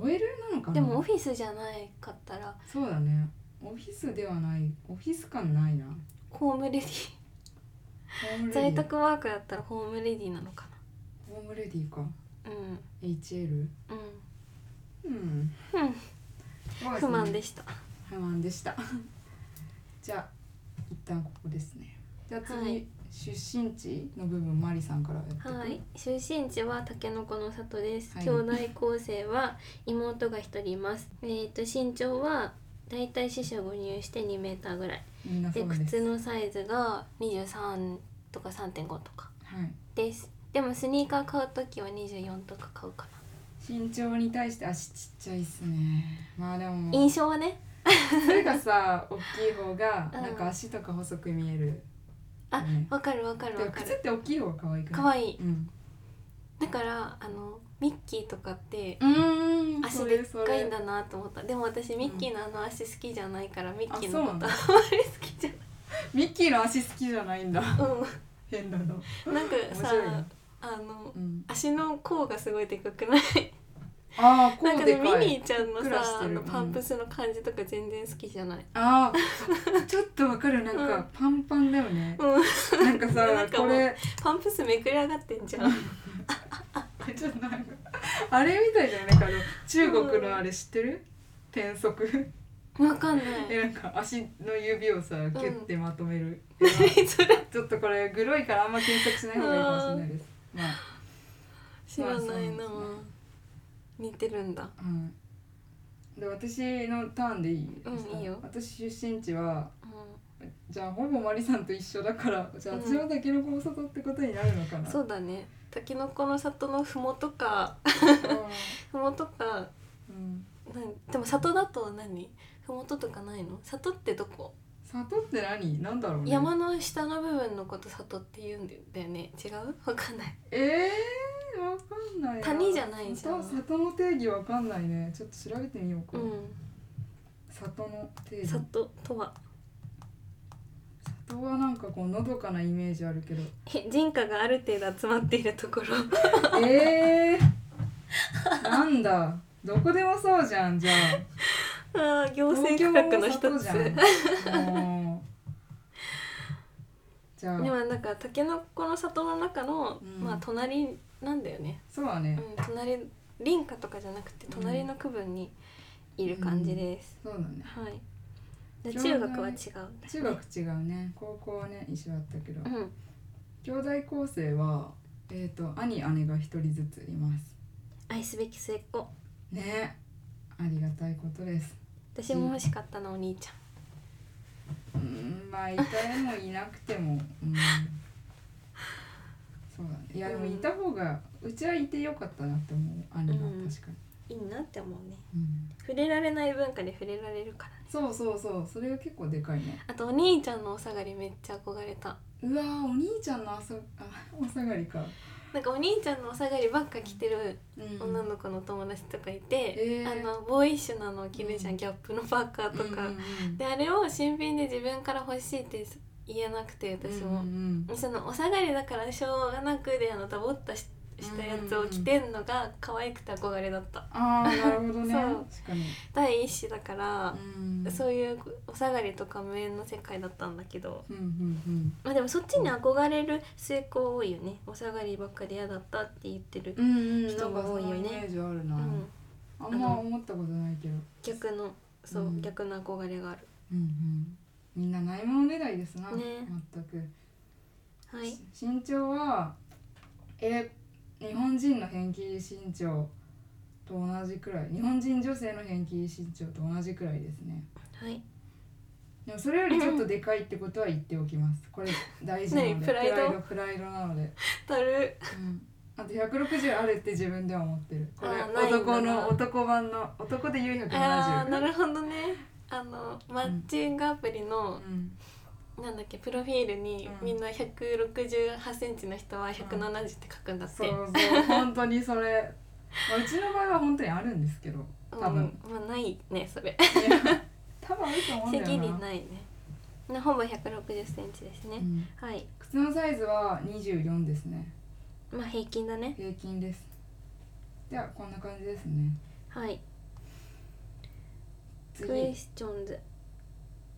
S2: OL なのかな
S1: でもオフィスじゃないかったら
S2: そうだねオフィスではないオフィス感ないな
S1: ホームレディ
S2: ホームレディ
S1: 在宅ワークだったらホームレディなのか
S2: ホームレディか
S1: なうん
S2: HL
S1: うん
S2: う
S1: う
S2: ん
S1: ん
S2: まあ
S1: 不満でした
S2: 不満でした。 じゃあ一旦ここですね。じゃあ次、
S1: はい
S2: 出身地の部分マリさんからやってく。
S1: はい、出身地はたけのこの里です、
S2: はい
S1: 兄弟構成は妹が一人いますえっ、と身長はだいたい四捨五入して2メーターぐらい
S2: みんなそ
S1: で
S2: うです
S1: 靴のサイズが23とか3.5とか
S2: はい
S1: ですでもスニーカー買う時は24とか買うか
S2: 身長に対して足ちっちゃいっすねまあでも
S1: な印象はね
S2: 背がさ大きい方が
S1: うん
S2: なんか足とか細く見える、
S1: あ
S2: ね
S1: わかるわかる
S2: で
S1: わ
S2: も
S1: か
S2: 靴
S1: る
S2: って大きい方が可愛くない
S1: 可愛い
S2: うん
S1: だからあのミッキーとかって
S2: うん
S1: 足でっかいんだなと思ったでも私ミッキーのあの足好きじゃないからミッキーのことあんま
S2: あ
S1: り好きじゃ
S2: ミッキーの足好きじゃないんだ
S1: ない
S2: 変だな
S1: うんなんか
S2: 面
S1: さ
S2: 白いな、
S1: あの
S2: うん、
S1: 足の甲がすごいでかくない
S2: ああこ
S1: なん
S2: う
S1: か
S2: で
S1: ね
S2: かい
S1: ミニーちゃんの
S2: ふっくらし
S1: さ
S2: て
S1: あ
S2: る
S1: のパンプスの感じとか全然好きじゃない
S2: ああちょっとわかるなん
S1: うん
S2: かパンパンだよね、
S1: うん
S2: なんかさ
S1: なんかも
S2: こ
S1: う
S2: れ
S1: パンプスめくれ上がってんじ ゃん
S2: ちょっとなんかあれみたいだよねなんかあの中国のあれ知ってる転足
S1: わかんない
S2: えなんか足の指をさキュッてまとめる、
S1: 何それ
S2: ちょっとこれグロいからあんま検索しない方がいいかもしれな いですまあ
S1: 知らない
S2: ま
S1: な
S2: あそう
S1: 似てるんだ
S2: はいで私のターンでいい、
S1: うんいいよ
S2: 私出身地は
S1: う
S2: じゃあほぼマリさんと一緒だからじゃあ
S1: うん
S2: 私はだけの高里ってことになるのか
S1: ん
S2: な、
S1: そうだねたけのこの里のふもとか ふもとか
S2: うんうん
S1: なんでも里だと何ふもととかないの里ってどこ、
S2: 里って何なんだろうね
S1: 山の下の部分のこと里って言うんだよね違うわかんない
S2: えー、わかんないな
S1: 谷じゃないじゃん
S2: 里里の定義わかんないねちょっと調べてみよう
S1: う
S2: か、
S1: ん
S2: 里の定義
S1: 里とは
S2: 里はなんかこうのどかなイメージあるけど
S1: え人家がある程度集まっていると ころ
S2: えー、なんだどこでもそうじゃんじゃあ
S1: あー行政区画の一つで
S2: もうじゃあ
S1: もなんかたけのこの里の中の、
S2: うん
S1: まあ隣なんだよね
S2: そうだね、
S1: うん、隣林家とかじゃなくて
S2: うん
S1: 隣の区分にいる感じです、
S2: そうだね
S1: はいで
S2: 兄
S1: 中
S2: 弟
S1: 学は違うんだ
S2: 中学違うね高校はね一緒だったけど、
S1: うん
S2: 兄弟構成はえっ、と兄姉が一人ずついます
S1: 愛すべき末っ子
S2: ねありがたいことです
S1: 私も欲しかったなお兄ち
S2: うーんまあいたいもいなくても、うん、そうだねいやでもいた方がうちはいてよかったなって思う兄が
S1: うん
S2: 確かに、
S1: ゃんいいなって思うね
S2: うん
S1: 触れられない文化で触れられるからね
S2: そうそうそうそれが結構でかいね
S1: あとお兄ちゃんのお下がりめっちゃ憧れた
S2: うわーお兄ちゃんの朝あお下がりか、
S1: なんかお兄ちゃんのお下がりばっか着てる
S2: うん
S1: 女の子の友達とかいて、
S2: えー
S1: あのボーイッシュなのを着るじゃん、ギャップのパーカーとか、
S2: うんうん
S1: であれを新品で自分から欲しいって言えなくて私も、
S2: うん
S1: そのお下がりだからしょうがなくであのダボっとししたやつを着てんのが可愛くて憧れだった
S2: ああなるほどね
S1: そう
S2: 確かに、
S1: 第一子だから、
S2: うん
S1: そういうお下がりとか無縁の世界だったんだけど
S2: うんうん
S1: まあでもそっちに憧れる成功多いよねお下がりばっかり嫌だったって言ってる、
S2: うんうんうんな
S1: 人
S2: ん
S1: が
S2: かそ
S1: 多いよ
S2: の
S1: ね
S2: イメージあるな、
S1: うん
S2: あんま思ったことないけど
S1: 逆のそう、
S2: うん
S1: 逆の憧れがある
S2: うんうんみんなないものねだりですな、
S1: ね
S2: 全く、
S1: はい
S2: し身長はえ日本人の平均身長と同じくらい日本人女性の平均身長と同じくらいですね
S1: はい
S2: でもそれよりちょっとでかいってことは言っておきます。これ大事なので、
S1: 何プライド
S2: プライドなので、
S1: たる
S2: うん、あと160あるって自分では思ってる。これ
S1: あーないんだ
S2: 男
S1: な
S2: の男版の男で言う
S1: あーな
S2: 170。
S1: るほどねあのマッチングアプリの、
S2: うん、
S1: なんだっけプロフィールに、
S2: うん
S1: みんな1 6 8センチの人は170って書くんだっ
S2: そう
S1: て、
S2: そう本当にそれ。まあうちの場合は本当にあるんですけど、
S1: うん、
S2: 多分。
S1: まあないねそれ
S2: いや多分あると思うんだよな。
S1: 責任ないねなほぼ1 6 0センチですね、
S2: うん
S1: はい
S2: 靴のサイズは24ですね。
S1: まあ平均だね
S2: 平均です。ではこんな感じですね。
S1: はいクエ
S2: 次
S1: スチョンズ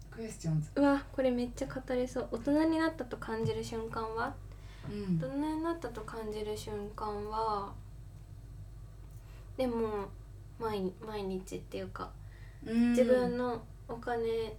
S2: クエスチョンズ。
S1: うわこれめっちゃ語れそう大人になったと感じる瞬間は
S2: うん
S1: 大人になったと感じる瞬間はでも毎毎日っていうか自分のお金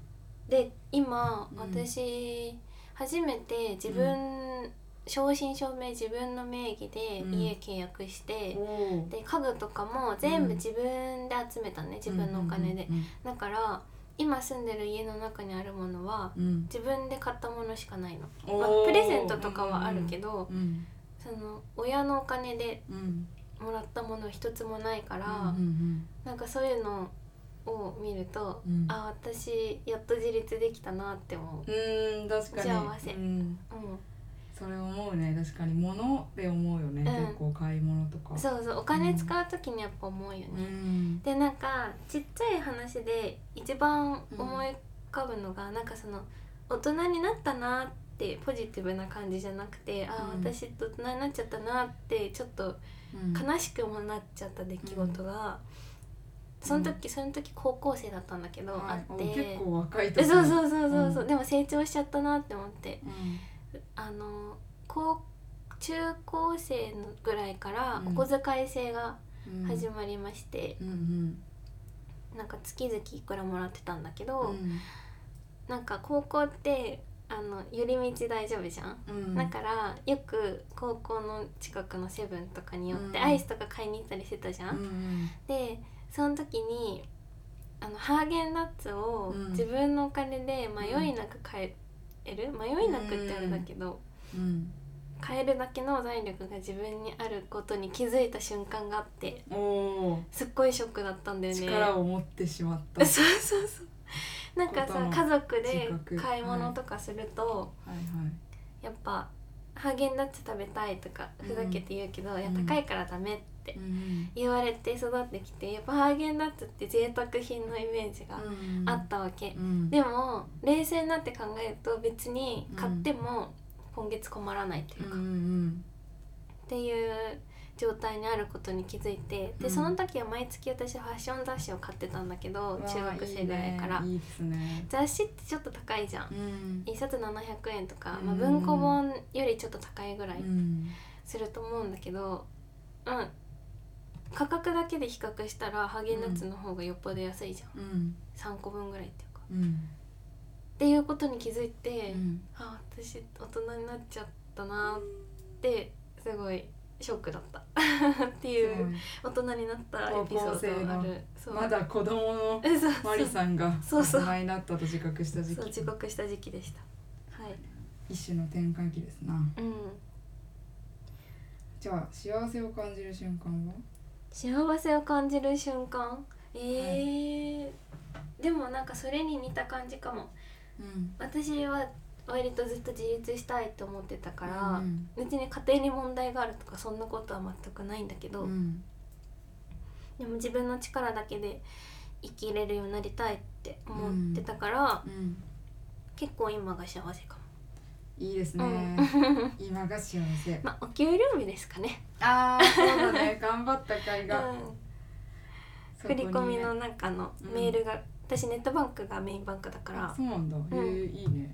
S1: で今、
S2: うん
S1: 私初めて自分、正真正銘自分の名義で
S2: うん
S1: 家契約して、
S2: おー
S1: で家具とかも全
S2: うん
S1: 部自分で集めたね、自分のお金で、
S2: うんうんうん
S1: だから今住んでる家の中にあるものは
S2: うん
S1: 自分で買ったものしかないの、まあ
S2: おー、
S1: プレゼントとかはあるけど、
S2: うん
S1: その親のお金で
S2: うん
S1: もらったもの一つもないから、
S2: うん
S1: なんかそういうのを見ると、
S2: うん
S1: あ私やっと自立できたなって思
S2: うんうん確かに
S1: 幸せ
S2: うん、
S1: う、う
S2: それ思うね確かに物で思うよね、
S1: うん
S2: 結構買い物とか
S1: ん、そうそうお金使う時にやっぱ思うよね、
S2: ん
S1: でなんかちっちゃい話で一番思い浮かぶのが、なんかその大人になったなってポジティブな感じじゃなくて、ああ
S2: うん
S1: 私って大人になっちゃったなってちょっと
S2: うん
S1: 悲しくもなっちゃった出来事が、
S2: うん
S1: その時その時高校生だったんだけど、
S2: はい
S1: あ
S2: お
S1: って
S2: 結構若い
S1: え
S2: 時
S1: そうそうそうそうそう、
S2: うん
S1: でも成長しちゃったなって思って
S2: うん
S1: あの高中高生のぐらいから
S2: うん
S1: お小遣い制が
S2: うん
S1: 始まりまして。
S2: うんうん
S1: なんか月々いくらもらってたんだけど、
S2: うん
S1: なんか高校ってあの寄り道大丈夫じゃん、
S2: うん
S1: だからよく高校の近くのセブンとかに寄って
S2: うん
S1: アイスとか買いに行ったりしてたじゃん、
S2: うんうん
S1: でその時にあのハーゲンダッツを
S2: うん
S1: 自分のお金で迷いなく買える、迷いなくってあれだけど、
S2: うん
S1: 買えるだけの財力が自分にあることに気づいた瞬間があって
S2: おお
S1: すっごいショックだったんだよね
S2: 力を持ってしまっ た
S1: そうそうそうなんかさ
S2: 言葉
S1: 家
S2: の
S1: 族で
S2: 自覚
S1: 買い物とかすると、
S2: はいはい
S1: やっぱハーゲンダッツ食べたいとか
S2: うん
S1: ふざけて言うけど、いや
S2: うん
S1: 高いからダメって
S2: うん
S1: 言われて育ってきてやっぱハーゲンダッツって贅沢品のイメージが
S2: うん
S1: あったわけ、
S2: うん
S1: でも冷静になって考えると別に買っても今月困らないという
S2: うん
S1: か、
S2: う
S1: っ
S2: ん
S1: ていう状態にあることに気づいてで、
S2: うん
S1: その時は毎月私ファッション雑誌を買ってたんだけ
S2: う
S1: ど
S2: ん
S1: 中学生ぐらいから。
S2: わあいいねいいですね
S1: 雑誌ってちょっと高いじゃん
S2: うん
S1: 一冊700円とか、
S2: うん
S1: まあ、文庫本よりちょっと高いぐらい
S2: うん
S1: すると思うんだけどうん価格だけで比較したらハーゲンダッツの方がよっぽど安いじゃん、
S2: うん
S1: 3個分ぐらいっていうか
S2: うん
S1: っていうことに気づいて、
S2: うん
S1: あ私大人になっちゃったなってすごいショックだった っていう大人になったエピソードがある
S2: す
S1: そ
S2: ご
S1: う
S2: いまだ子 供の
S1: えそうそう
S2: マリさんが
S1: そ
S2: 大
S1: うそう
S2: 人になったと自覚した時
S1: そう
S2: 期
S1: 自覚した時期でしたはい
S2: 一種の転換期ですな
S1: うん
S2: じゃあ幸せを感じる瞬間は
S1: 幸せを感じる瞬間えーでもなんかそれに似た感じかも
S2: うん
S1: 私は割とずっと自立したいと思ってたから、
S2: うん
S1: 別に家庭に問題があるとかそんなことは全くないんだけど、
S2: うん
S1: でも自分の力だけで生きれるようになりたいって思ってたから、
S2: うん
S1: 結構今が幸せかも、
S2: いいですね 今が幸せ
S1: まあお給料日ですかね
S2: ああそう だね頑張った甲斐が、
S1: うん、振り込みの
S2: ね、
S1: 中の
S2: うん
S1: メールが、私ネットバンクがメインバンクだから
S2: そうなんだ、へえいいね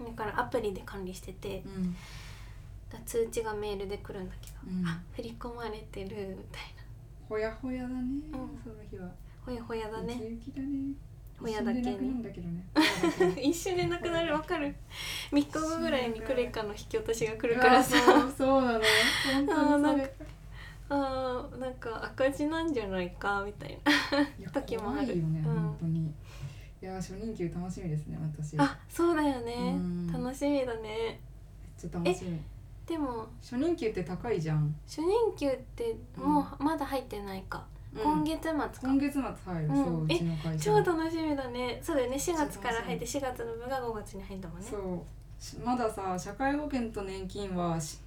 S1: だからアプリで管理してて
S2: うん
S1: だから通知がメールで来るんだけど、
S2: うん
S1: あ振り込まれてるみたいな
S2: ほやほやだね、
S1: ん
S2: その日は
S1: ほやほやだ
S2: ウキ
S1: ね
S2: ウキだね
S1: ほやだけ
S2: 一瞬で
S1: に
S2: なくなるんだけどねほやだ け
S1: 一瞬でなくなるわかる3日後ぐらいにクレカの引き落としが来るからさ
S2: うわーそうそうなの本当にそれ
S1: あーなんか赤字なんじゃないかみたいない
S2: や
S1: 時もある
S2: 怖いよね、
S1: うん
S2: 本当にいやー初任給楽しみですね私めっ
S1: あそうだよね
S2: うん
S1: 楽しみだね
S2: ちゃ楽しみ
S1: でも
S2: 初任給って高いじゃん、
S1: 初任給ってもうまだ入ってないか、今月末か
S2: 今月末入る、
S1: うん
S2: そうう
S1: え
S2: ちの会社
S1: 超楽しみだねそうだよね4月から入って
S2: 楽
S1: 4月の分が5月に入ったもんね
S2: そうしまださ社会保険と年金はし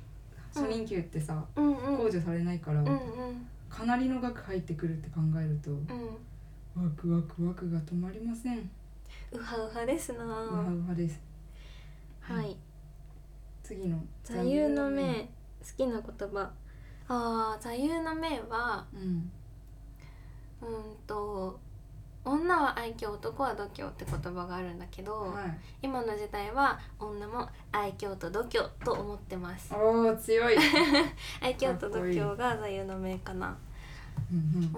S1: うん
S2: 初任給ってさ、
S1: うんうん
S2: 控除されないから、
S1: うんうん
S2: かなりの額入ってくるって考えると、
S1: うん
S2: ワクワクワクが止まりません、
S1: うはうはですな
S2: うわ
S1: ぁ。
S2: うわです
S1: はい。
S2: 次の
S1: 座右の銘、好きな言葉。ああ、座右の銘は、
S2: うん
S1: うーんと。女は愛嬌、男は度胸って言葉があるんだけど、
S2: はい
S1: 今の時代は女も愛嬌と度胸と思ってます。
S2: おー強 い、う
S1: 愛嬌と度
S2: かっこいい
S1: 胸が座右の銘かな。
S2: んうん、
S1: う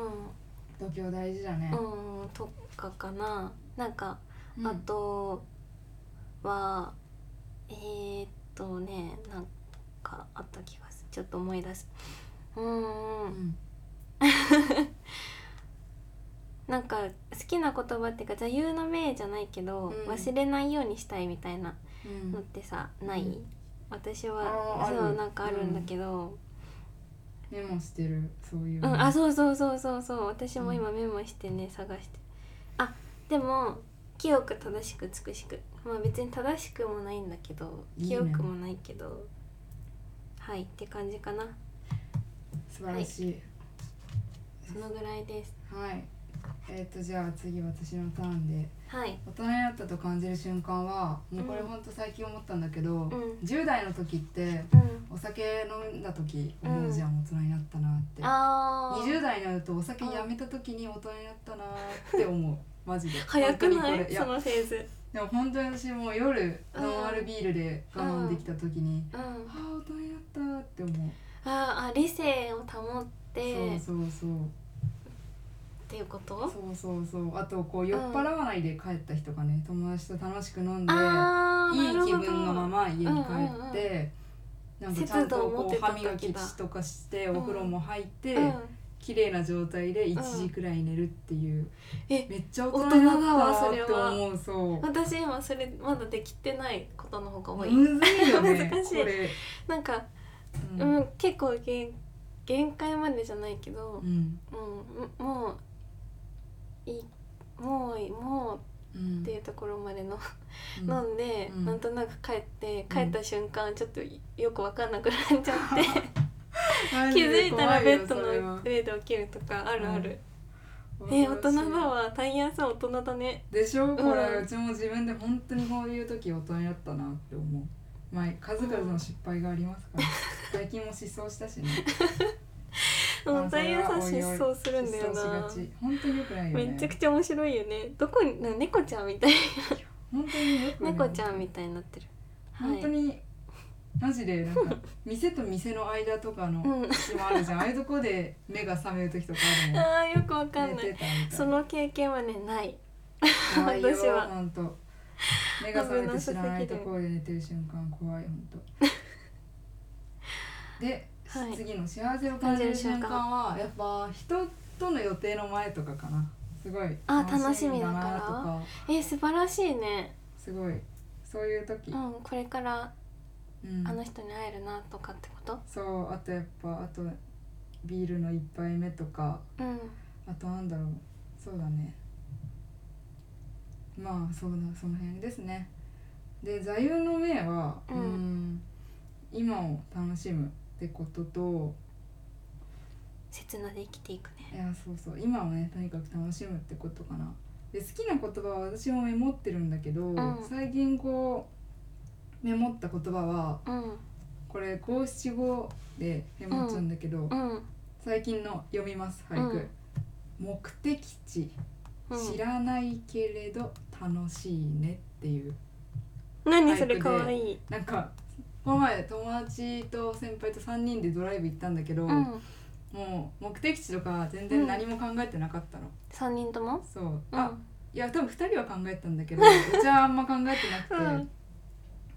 S2: 度胸大事だね、
S1: ん、うん、とかかな。なんか、
S2: うん
S1: あとはえー、っとねなんかあった気がするちょっと思い出すうー
S2: うんん
S1: なんか好きな言葉っていうか座右の銘じゃないけど、
S2: うん
S1: 忘れないようにしたいみたいな
S2: うん
S1: のってさ、ない、
S2: うん
S1: 私
S2: あ
S1: は
S2: ーあ
S1: そう
S2: る
S1: なんかあるんだけど、
S2: メモしてるそういう
S1: う
S2: の
S1: んあそうそうそうそうそう私も今メモしてね探してあでも清く正しく美しくまあ別に正しくもないんだけど
S2: いいね
S1: 清くもないけどはいって感じかな
S2: 素晴らしい
S1: そのぐらいです
S2: はい、えっ、とじゃあ次私のターンで
S1: はい
S2: 大人になったと感じる瞬間はもうこれ
S1: うん
S2: ほんと最近思ったんだけど、
S1: ん
S2: 10代の時って
S1: うん
S2: お酒飲んだ時思うじゃん、大人になったなって
S1: あー
S2: 20代になるとお酒やめた時に大人になったなって思うマジで
S1: 早く
S2: 本当
S1: な
S2: にこ
S1: い
S2: れい
S1: そ
S2: や
S1: のフェーズ
S2: でも本当に私もう夜
S1: うん
S2: ノンアルビールで我慢できた時に、
S1: うん
S2: ああ大人になったって思う、
S1: あーあ理性を保ってっ
S2: そうそうそう
S1: ていうこ
S2: そう
S1: と
S2: そうそうあとこう酔っ払わないで帰った日とかね、友達と楽しく飲んで
S1: あー
S2: いい
S1: なる
S2: 気
S1: ほど
S2: 分のまま家に帰って、なんかちゃんと
S1: 節度を持っ
S2: こ
S1: て
S2: う
S1: た
S2: 歯
S1: 時だ
S2: 磨きとかして
S1: うん
S2: お風呂も入って、
S1: うん
S2: 綺麗な状態で
S1: うん
S2: 1時くらい寝るっていう、
S1: え
S2: めっちゃ大人になったなって
S1: 大人だわ
S2: 思うそう
S1: 私今それまだできてないことの方が多い、
S2: むずいよ ね
S1: 難しい
S2: これ、
S1: なんか、
S2: うん
S1: うん結構限限界までじゃないけど
S2: う、ん
S1: うん、もういもうも
S2: う
S1: うんっていうところまでの、
S2: うん
S1: 飲んで、
S2: うん
S1: なんとなく帰って
S2: うん
S1: 帰った瞬間ちょっとよく分かんなくなっちゃって
S2: マジ
S1: 気づ
S2: で
S1: いたら
S2: 怖
S1: ベ
S2: よ
S1: ッド
S2: それは
S1: の上で起きるとかあるある、
S2: 恐ろしい
S1: え大人だわタイヤさん大人だね
S2: でしょこれ、
S1: う
S2: うんちも自分で本当にこういう時大人だったなって思う前数々の失敗がありますから、最近も失踪したし ね
S1: も
S2: あ
S1: う
S2: そ
S1: タイ
S2: れ
S1: ヤ
S2: は
S1: さん
S2: お
S1: 失
S2: いおい
S1: 踪するんだよ
S2: 失踪し
S1: な
S2: がち本当に良くないよね
S1: めちゃくちゃ面白いよねどこにな猫ちゃんみたい
S2: 本当によくない
S1: 猫ちゃんみたいになってる
S2: 本当に、マジでなんか店と店の間とかの
S1: うん
S2: 隙間あるじゃん、ああいうとこで目が覚める時とかあるもん
S1: あーよくわかんな
S2: 寝て
S1: い
S2: たみたいな
S1: その経験はねない
S2: 怖いよ
S1: 私は
S2: 本当目が覚めて知らないところで寝てる瞬間怖い本当で、
S1: はい
S2: 次の幸せを感じる瞬間はやっぱ人との予定の前とかかなすごい
S1: あ
S2: だな
S1: 楽しみだ
S2: と
S1: から
S2: か
S1: え素晴らしいね
S2: すごいそういう時、
S1: うんこれから
S2: うん
S1: あの人に会えるなとかってこと
S2: そうあとやっぱあとビールの一杯目とか
S1: うん
S2: あとなんだろうそうだねまあそうだその辺ですねで座右の銘は、
S1: うん
S2: ん今を楽しむってことと
S1: 刹那で生きていくね
S2: いやそうそう今をねとにかく楽しむってことかなで好きな言葉は私もメモってるんだけど、
S1: ん
S2: 最近こうメモった言葉は
S1: うん
S2: これ五七五でメモっちゃうんだけど、
S1: うん
S2: 最近の読みます俳句、目的地
S1: う
S2: 知
S1: ん
S2: らないけれど楽しいねっていう
S1: 何そ
S2: タイプ
S1: れ
S2: で
S1: かわいい
S2: なんかこの前友達と先輩と3人でドライブ行ったんだけど、
S1: うん
S2: もう目的地とか全然何も考えてなかったの、
S1: 3人とも
S2: そう、
S1: うん
S2: あいや多分2人は考えてたん だけどうちはあんま考えてなくて、
S1: うん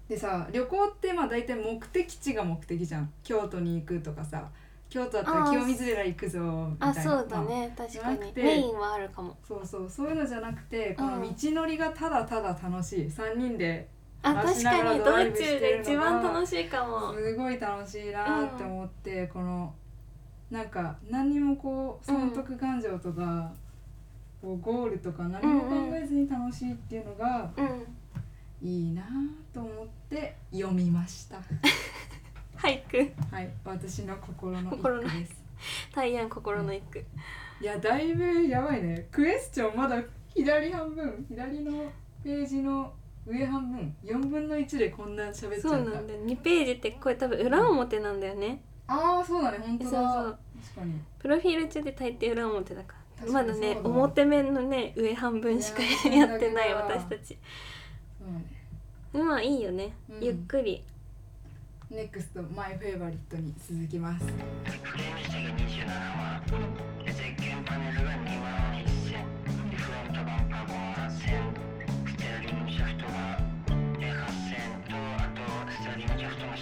S2: でさ旅行ってまあ大体目的地が目的じゃん京都に行くとかさ京都だった
S1: あ
S2: ら
S1: ー
S2: 清水寺行くぞみたいな
S1: あそうだ
S2: まあ
S1: ね確か
S2: じゃな
S1: に
S2: くて
S1: メインはあるかも
S2: そうそうそういうのじゃなくてこの
S1: うん
S2: 道のりがただただ楽しい3人で
S1: あ
S2: 回
S1: 確
S2: しなが
S1: からに
S2: ドライ
S1: 道
S2: ブし
S1: 中
S2: てる
S1: で
S2: のが
S1: 一番楽しいかも
S2: すごい楽しいなって思って、このなんか何にもこう損得感情とか、こうゴールとか何も考えずに楽しいっていうのが
S1: うん
S2: いいなと思って読みました。
S1: 俳句
S2: はい、私の心の一
S1: 心の
S2: 句です。
S1: 大安心の一句
S2: いやだいぶやばいね。クエスチョンまだ左半分、左のページの上半分、四分の一でこんな喋っち
S1: そ
S2: ゃ
S1: う
S2: っ
S1: な
S2: た
S1: ん。だよ2ページってこれ多分裏表なんだよね
S2: ああ、そうだね。本当だ。
S1: そうそう
S2: 確かに。
S1: プロフィール中で大抵裏表だか
S2: 確
S1: ら
S2: か
S1: ま
S2: に
S1: だね
S2: そうだわ
S1: 表面のね上半分しか
S2: いや
S1: やってない
S2: だけど
S1: 私たち
S2: そうだね。
S1: まあいいよね、
S2: うん
S1: ゆっくり
S2: ネクストマイフェイバリットに続きます。
S3: あ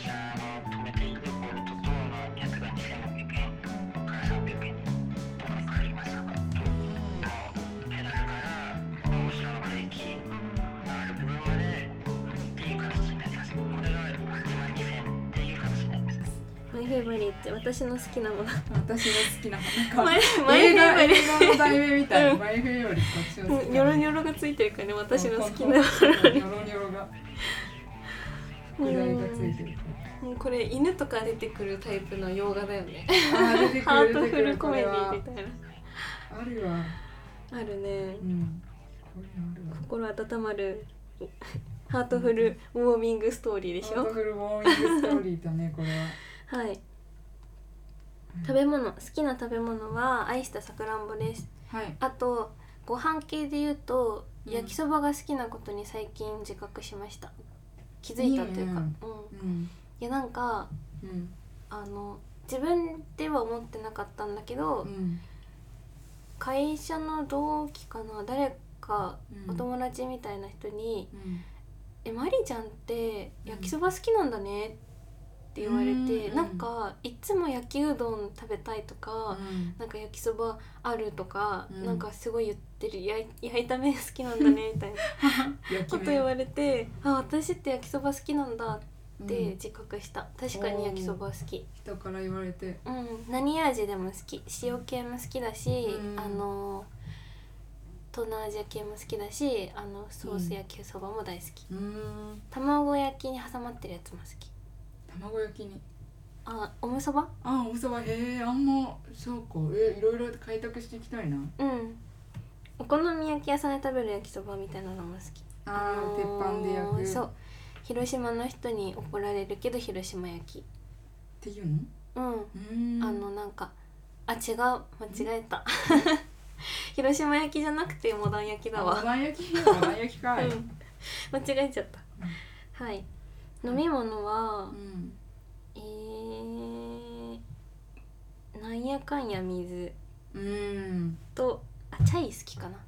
S1: フェイバリット私の好きなもの
S2: 私の好きななん
S1: マ
S2: か
S1: イマイ
S2: 映
S1: フェイ
S2: 画
S1: バリッ
S2: 映画の題名みたい
S1: うん
S2: なマイフェイよりこっちの好き
S1: ト
S2: な
S1: ニョロニョロがついてるからね私の好きな
S2: ニ
S1: も
S2: ョロニョロが
S1: の
S2: 具材がつ
S1: う
S2: い
S1: ん
S2: てる
S1: もうこれ犬とか出てくるタイプの洋画だよね
S2: あー出てく
S1: ハー
S2: る
S1: ト
S2: 出て
S1: フ
S2: く
S1: ル
S2: る
S1: コ
S2: こ
S1: メ
S2: れ
S1: ディ
S2: は
S1: みたいな
S2: あるわ
S1: あるね
S2: うんこれあるわ
S1: 心温まるハートフルウォーミングストーリーでし
S2: ハート
S1: ょ
S2: フルウォーミングストーリーだねこれは
S1: はい食べ物好きな食べ物は愛したさくらんぼです
S2: はい
S1: あとご飯系で言うと、
S2: うん
S1: 焼きそばが好きなことに最近自覚しました気づいたというか
S2: いいね
S1: うん、い
S2: うん
S1: やなんか
S2: うん
S1: あの自分では思ってなかったんだけど、
S2: うん
S1: 会社の同期かな誰か
S2: うん
S1: お友達みたいな人に
S2: うん
S1: 「えマリちゃんって焼きそば好きなんだね」って言われて、
S2: うん
S1: なんかいつも焼きうどん食べたいとか、なんか焼きそばあるとか、
S2: うん
S1: なんかすごい言ってる焼い 焼いた麺好きなんだねみたいな
S2: 焼き
S1: こと
S2: 目
S1: 言われてあ私って焼きそば好きなんだって
S2: うん
S1: 自覚した、確かに焼きそば好き
S2: 人から言われて
S1: うん何味でも好き塩系も好きだし、
S2: うん
S1: あの東南アジア系も好きだしあのソース焼きそばも大好き、
S2: うーん
S1: 卵焼きに挟まってるやつも好き
S2: 卵焼きに
S1: あおむそば
S2: あおそばへえあんまそうかえいろいろ開拓していきたいな
S1: うんお好み焼き屋さんで食べる焼きそばみたいなのも好き
S2: あー、
S1: の
S2: 鉄板で焼く
S1: そう広島の人に怒られるけど広島焼き
S2: っていうの
S1: うん
S2: うーん
S1: あのなんかあ違う間違えた 広島焼きじゃなくてモダン焼きだ
S2: お
S1: わ、
S2: 前焼きお前焼きかい、
S1: うん間違えちゃった、はい飲み物は
S2: う、ん
S1: えー、なんやかんや水
S2: うーん
S1: とあチャイ好きかな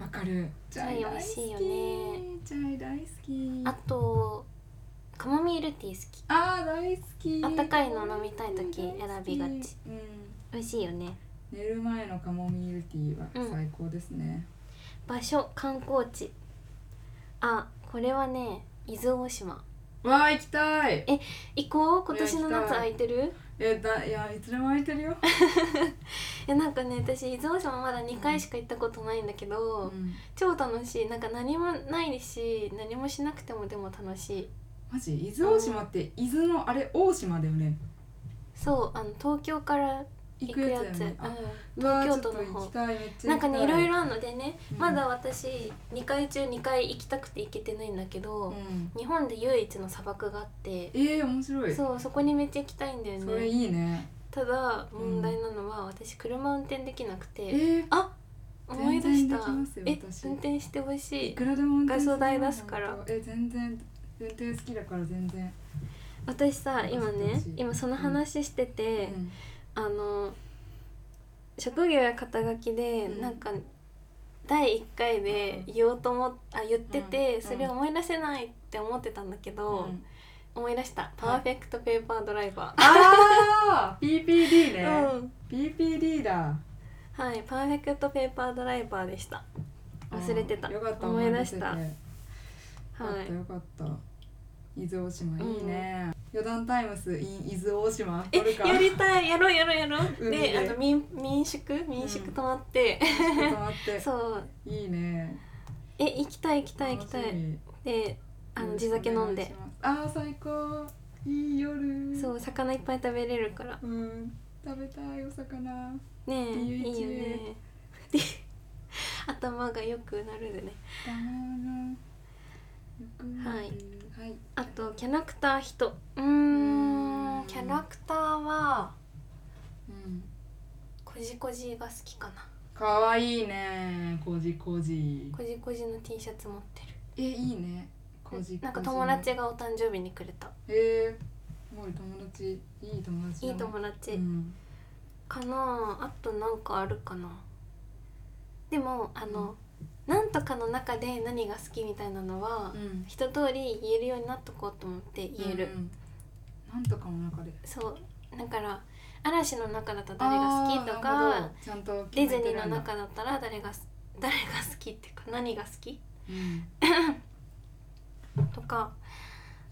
S2: わかる
S1: チャイ美味しいよね
S2: チャイ大好き
S1: あとカモミールティー好き
S2: あー大好き
S1: あったかいの飲みたい時選びがち
S2: 大好きうん
S1: 美味しいよね
S2: 寝る前のカモミールティーは最高ですね、
S1: 場所観光地あこれはね伊豆大島
S2: わあ行きたい
S1: 行こう今年の
S2: いや行
S1: 夏
S2: きたい
S1: 空いてる
S2: えだいやいつでも空いてるよ、
S1: いやなんかね私伊豆大島まだ2回しか行ったことないんだけど、
S2: うん
S1: 超楽しいなんか何もないし何もしなくてもでも楽しい
S2: マジ伊豆大島って伊豆のあれ大島だよね
S1: そうあの東京から
S2: 行
S1: 行
S2: く
S1: く
S2: や
S1: や
S2: つ
S1: つ
S2: だよねあ
S1: うん、
S2: うわー
S1: 東
S2: ち
S1: 京
S2: ょっと
S1: 都の
S2: 行
S1: 方
S2: きたいめっちゃ
S1: な
S2: 行
S1: ん
S2: き
S1: か
S2: たい
S1: ねいろいろあるのでね、
S2: うん
S1: まだ私2回中2回行きたくて行けてないんだけど、
S2: うん
S1: 日本で唯一の砂漠があって
S2: えー、面白いそ,、
S1: そうそこにめっちゃ行きたいんだよ
S2: れ
S1: ね
S2: いいね
S1: ただ問題なのは私車運転できなくて、
S2: えー、
S1: あ思い出した
S2: 全然できます
S1: え
S2: よ私
S1: 運転してほし
S2: い
S1: い
S2: くらでも運転するよ
S1: ガソ代出すから
S2: 本当え全然運転好きだから全然、
S1: 私さ今ね
S2: 私
S1: 今その話して
S2: う
S1: て、
S2: ん、
S1: あの職業や肩書きで、
S2: うん
S1: なんか第1回で言おうと思っあ言ってて、
S2: うん
S1: それ思い出せないって思ってたんだけど、
S2: うん
S1: 思い出したパーフェクトペーパードライバ
S2: ああ PPD
S1: ー、
S2: ね、
S1: うん
S2: PPD だ
S1: はいパーフェクトペーパードライバーでした忘れてた
S2: うんよかった
S1: 思い出した
S2: 思い出せて
S1: は
S2: よかった
S1: い
S2: よかった伊豆大島いいね、余談タイムス in 伊豆大島
S1: え
S2: 撮るか
S1: やりたいやろうやろうやろう
S2: 海
S1: で
S2: で
S1: あの民民宿民宿泊まって、
S2: ちょっと待っ て
S1: そう
S2: いいね
S1: え行きたい行きたい行きた
S2: 楽し
S1: い
S2: み
S1: であの地酒飲んで
S2: ああー最高いい夜
S1: そう魚いっぱい食べれるから
S2: うん食べたいお魚
S1: ねえ
S2: っていう
S1: い
S2: 一
S1: いよねで 頭が良くなるでね
S2: だなよくなる
S1: はい
S2: はい
S1: あとキャラクター人うー
S2: うんん
S1: キャラクターは
S2: うん
S1: こじこじが好きかな
S2: 可愛いねこじこじ
S1: こじこじの T シャツ持ってる
S2: えいいねこじこじ
S1: なんか友達がお誕生日にくれた
S2: えー、すごい友達いい友達
S1: いい友
S2: 達
S1: 達、
S2: うん
S1: かなあとなんかあるかなでもあの、なんとかの中で何が好きみたいなのは、
S2: うん
S1: 一通り言えるようになっとこうと思って言える、
S2: うんなんとかの中で
S1: そうだから嵐の中だったら誰が好きと
S2: あーなる
S1: か
S2: ほどちゃんと
S1: ディ
S2: 決
S1: ズ
S2: め
S1: ニ
S2: て
S1: ー
S2: るん
S1: の
S2: だ
S1: 中だったら誰がす誰が好きっていうか何が好き
S2: うん
S1: とか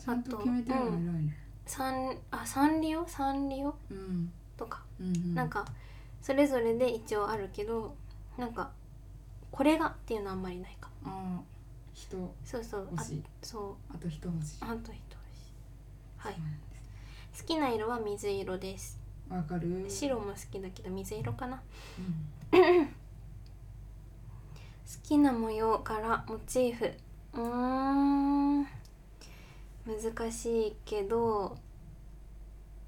S2: ちゃんと決めてるの偉いね
S1: サンあサンリオサンリオ
S2: うん
S1: とか、
S2: うんうん
S1: なんかそれぞれで一応あるけどなんかこれがっていうのはあんまりないか
S2: ああ人
S1: そうそうあ
S2: 欲しい
S1: そう
S2: あと人欲しい
S1: あと一押しはい好きな色は水色です
S2: わかる
S1: 白も好きだけど水色かな
S2: うん
S1: 好きな模様柄モチーフうーん難しいけど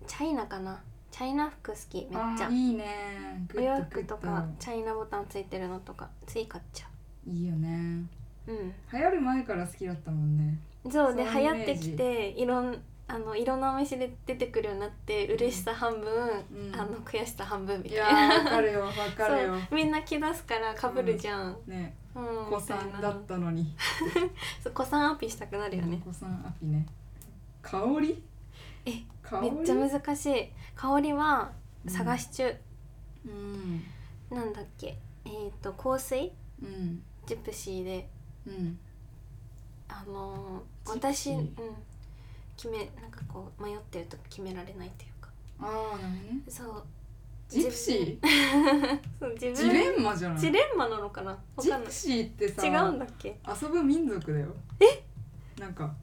S1: チャイナかなチャイナ服好きめっち
S2: あ
S1: ゃ
S2: ーいいね
S1: お
S2: グ
S1: 洋
S2: ッグ
S1: 服
S2: ッ
S1: とかチャイナボタンついてるのとかつい買っちゃ
S2: いいよね
S1: ううん
S2: 流行る前から好きだったもんね
S1: そうで
S2: そ
S1: 流
S2: のイメー
S1: 行
S2: ジ
S1: ってきていろんあのいろんなお店で出てくるようになって嬉しさ半分、
S2: うん
S1: あの悔しさ半分み
S2: い
S1: たい
S2: や
S1: な
S2: ーわかるよわかるよ
S1: そうみんな着出すからかぶるじゃん、
S2: ね
S1: うん
S2: 子さ
S1: みた
S2: ん
S1: い
S2: だ
S1: な
S2: ったのに
S1: そう子さんアピしたくなるよね
S2: 子さんアピね香り
S1: え
S2: 香
S1: め
S2: り
S1: っちゃ難しい香りは探し中、
S2: うん
S1: なんだっけえっ、と香水
S2: うん
S1: ジプシーで
S2: うん
S1: あのー、
S2: ジプ
S1: 私
S2: シ
S1: う
S2: ー
S1: ん決めなんかこう迷ってると決められないというか
S2: ああなるほどね
S1: そう
S2: ジプシー
S1: そう自分
S2: ジレンマじゃない
S1: ジレンマなのかなわ
S2: ジ
S1: かんな
S2: プ
S1: い
S2: シーってさ
S1: 違うんだっけ
S2: 遊ぶ民族だよえなんか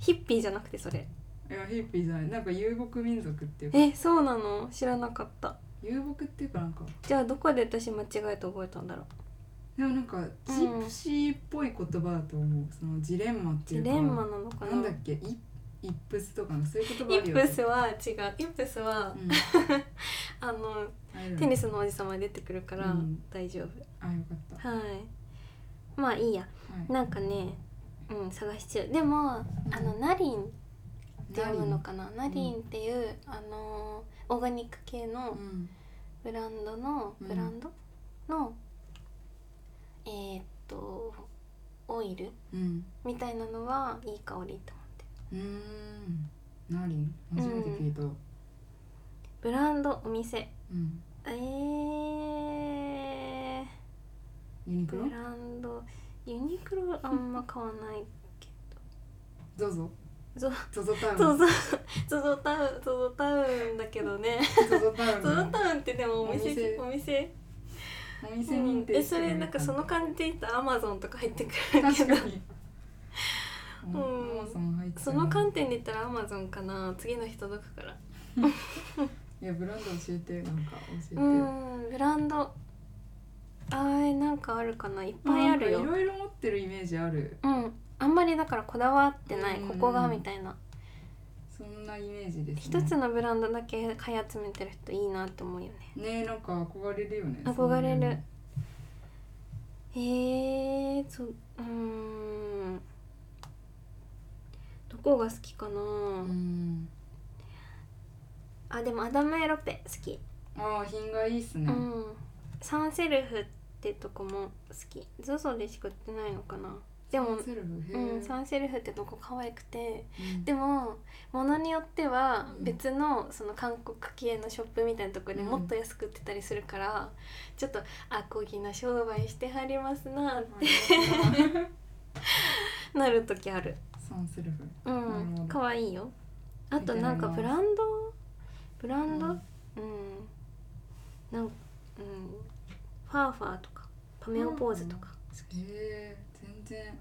S1: ヒッピーじゃなくてそれ
S2: いやヒッピーじゃないなんか遊牧民族っていうか
S1: えそうなの知らなかった
S2: 遊牧っていうかなんか
S1: じゃあどこで私間違えて覚えたんだろう
S2: でもなんかジプシーっぽい言葉だと思う、そのジレンマってい
S1: ジ
S2: うか
S1: レンマなのか
S2: なんだ
S1: な
S2: っけイイップスとかのそういう言葉
S1: イ
S2: ある
S1: ッ
S2: よね
S1: プスは違うイップスは
S2: うん
S1: あの
S2: あれだね
S1: テニスのおじさま出てくるから
S2: うん
S1: 大丈夫、
S2: あよかった
S1: はいまあいいや
S2: はい
S1: なんかねうん探し中でもあのナリンって読むのかなナ
S2: ナリン
S1: リンっていう、あのーオーガニック系
S2: う
S1: の
S2: ん
S1: ブランドの、
S2: うん
S1: ブランドのえーっとオイル
S2: うん
S1: みたいなのはいい香りと思って
S2: うーんナリン初めて聞いたう
S1: ブランドお店
S2: ん
S1: えー、
S2: ユニ
S1: ブ
S2: クロ
S1: ランドユニクロあんま買わ ないけ
S2: ゾゾ
S1: ゾ
S2: ゾゾタウン
S1: どゾゾゾゾタウンゾゾタウンだけどね
S2: ゾゾタウン
S1: ゾ
S2: の
S1: ゾタウンってでもお店お
S2: お
S1: 店
S2: 店お店に行って
S1: うんえそれなんかその感じでいったらアマゾンとか入ってくるけ
S2: 確
S1: ど
S2: かに
S1: う
S2: うんんアマゾン入ってる
S1: その観点で言ったらアマゾンかな次の日届くから
S2: いやブランド教えてなんか教え
S1: う
S2: てよ
S1: んブランドあーなんかあるかないっぱい
S2: な
S1: あ
S2: んか
S1: るよ
S2: いろいろ持ってるイメージある
S1: うんあんまりだからこだわってない
S2: うん
S1: ここがみたいな
S2: そんなイメージですね
S1: 一つのブランドだけ買い集めてる人いいなって思うよね
S2: ねなんか憧れるよね
S1: 憧れる
S2: そういうの
S1: へえー、そううーんどこが好きかな、
S2: うん
S1: あでもアダム・エロペ好き
S2: ああ品がいいっす
S1: う
S2: ね
S1: んサンセルフってとこも好き ZOZO でしか売ってないのかなでも
S2: セルフへ
S1: うん、
S2: ー
S1: サンセルフってとこ可愛くて
S2: うん
S1: でも物によっては
S2: うん
S1: 別のその韓国系のショップみたいなとこで
S2: うん
S1: もっと安く売ってたりするから、ちょっとあこぎな商売してはりますなってなる時ある
S2: サンセルフ
S1: う
S2: なるほ
S1: ん
S2: ど
S1: 可愛いよあとなんか
S2: 見
S1: ブ
S2: てみま
S1: ラ
S2: す
S1: ンドブランドう
S2: うん
S1: ん、なんうんファーファーとかパメオポーズとか、
S2: へえ全然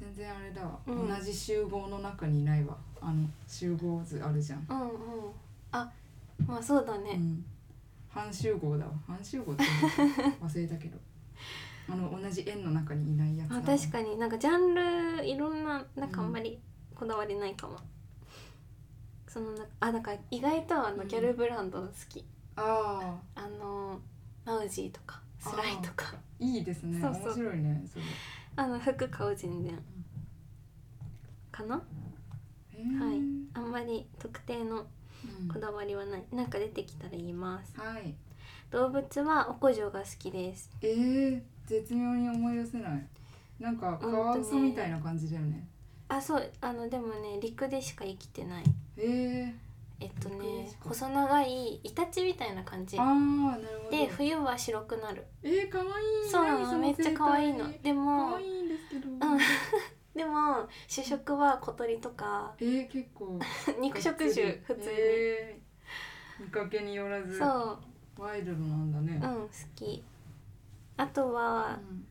S2: 全然あれだわ、
S1: うん
S2: 同じ集合の中にいないわあの集合図あるじゃん、
S1: うんうんあまあそうだね、
S2: うん、半集合だわ半集合って 忘れたけどあの同じ円の中にいないやつだ
S1: あ
S2: わ
S1: 確かになんかジャンルいろんななんかあ
S2: うん
S1: んまりこだわりないかも、そのなあだから意外とあの
S2: うん
S1: ギャルブランド好き、
S2: あ
S1: あのマウジーとかスライとか
S2: ーいいですね
S1: そうそう
S2: 面白いねそれ
S1: あの服買う全然かな
S2: へー
S1: はいあんまり特定の
S2: うん
S1: こだわりはないなんか出てきたら言います
S2: はい
S1: 動物はおこじょうが好きです
S2: えー、絶妙に思い寄せないなんかカワウソみたいな感じだよね
S1: あそうあのでもね陸でしか生きてない
S2: え
S1: え
S2: ー、
S1: っとね
S2: 陸ですか
S1: 細長いイタチみたいな感じ
S2: あーなるほど
S1: で冬は白くなる
S2: えー、かわいい
S1: そうな
S2: 何
S1: のめっちゃ可愛いの
S2: 生態
S1: で
S2: 可
S1: も
S2: 愛いんですけど、
S1: んでも主食は小鳥とか
S2: えー、結構
S1: 肉食
S2: がっ
S1: 種
S2: つり
S1: 普通に、
S2: えー見かけによらず
S1: そう
S2: ワイルドなんだね
S1: うん、好きあとは
S2: うん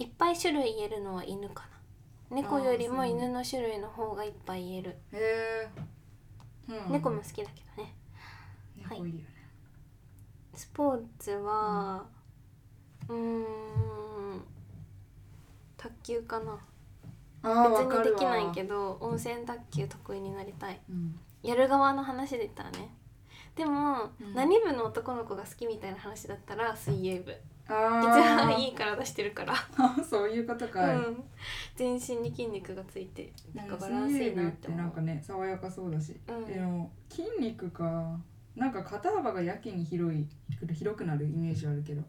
S1: いっぱい種類言えるのは犬かな猫よりも犬の種類の方がいっぱい言える、
S2: へえうん
S1: 猫も好きだけどね
S2: 猫いいよね
S1: スポーツはうーん卓球かな
S2: あー
S1: 別
S2: わか
S1: に
S2: る
S1: で
S2: わ
S1: きないけど温泉卓球得意になりたい
S2: うん
S1: やる側の話で言ったらねでも、
S2: うん
S1: 何部の男の子が好きみたいな話だったら水泳部一
S2: あ
S1: 番
S2: あ
S1: いい体してるから
S2: そういうことかい、
S1: うん、全身に筋肉がついてな
S2: なん
S1: か
S2: んか
S1: バ
S2: バ
S1: ラ
S2: ラ
S1: ン
S2: ン
S1: ス
S2: ス
S1: い
S2: い
S1: い
S2: い
S1: な
S2: な
S1: っ
S2: ってて
S1: 思う
S2: なんかね爽やかそうだし、
S1: うん
S2: でも筋肉かなんか肩幅がやけに広い広くなるイメージあるけど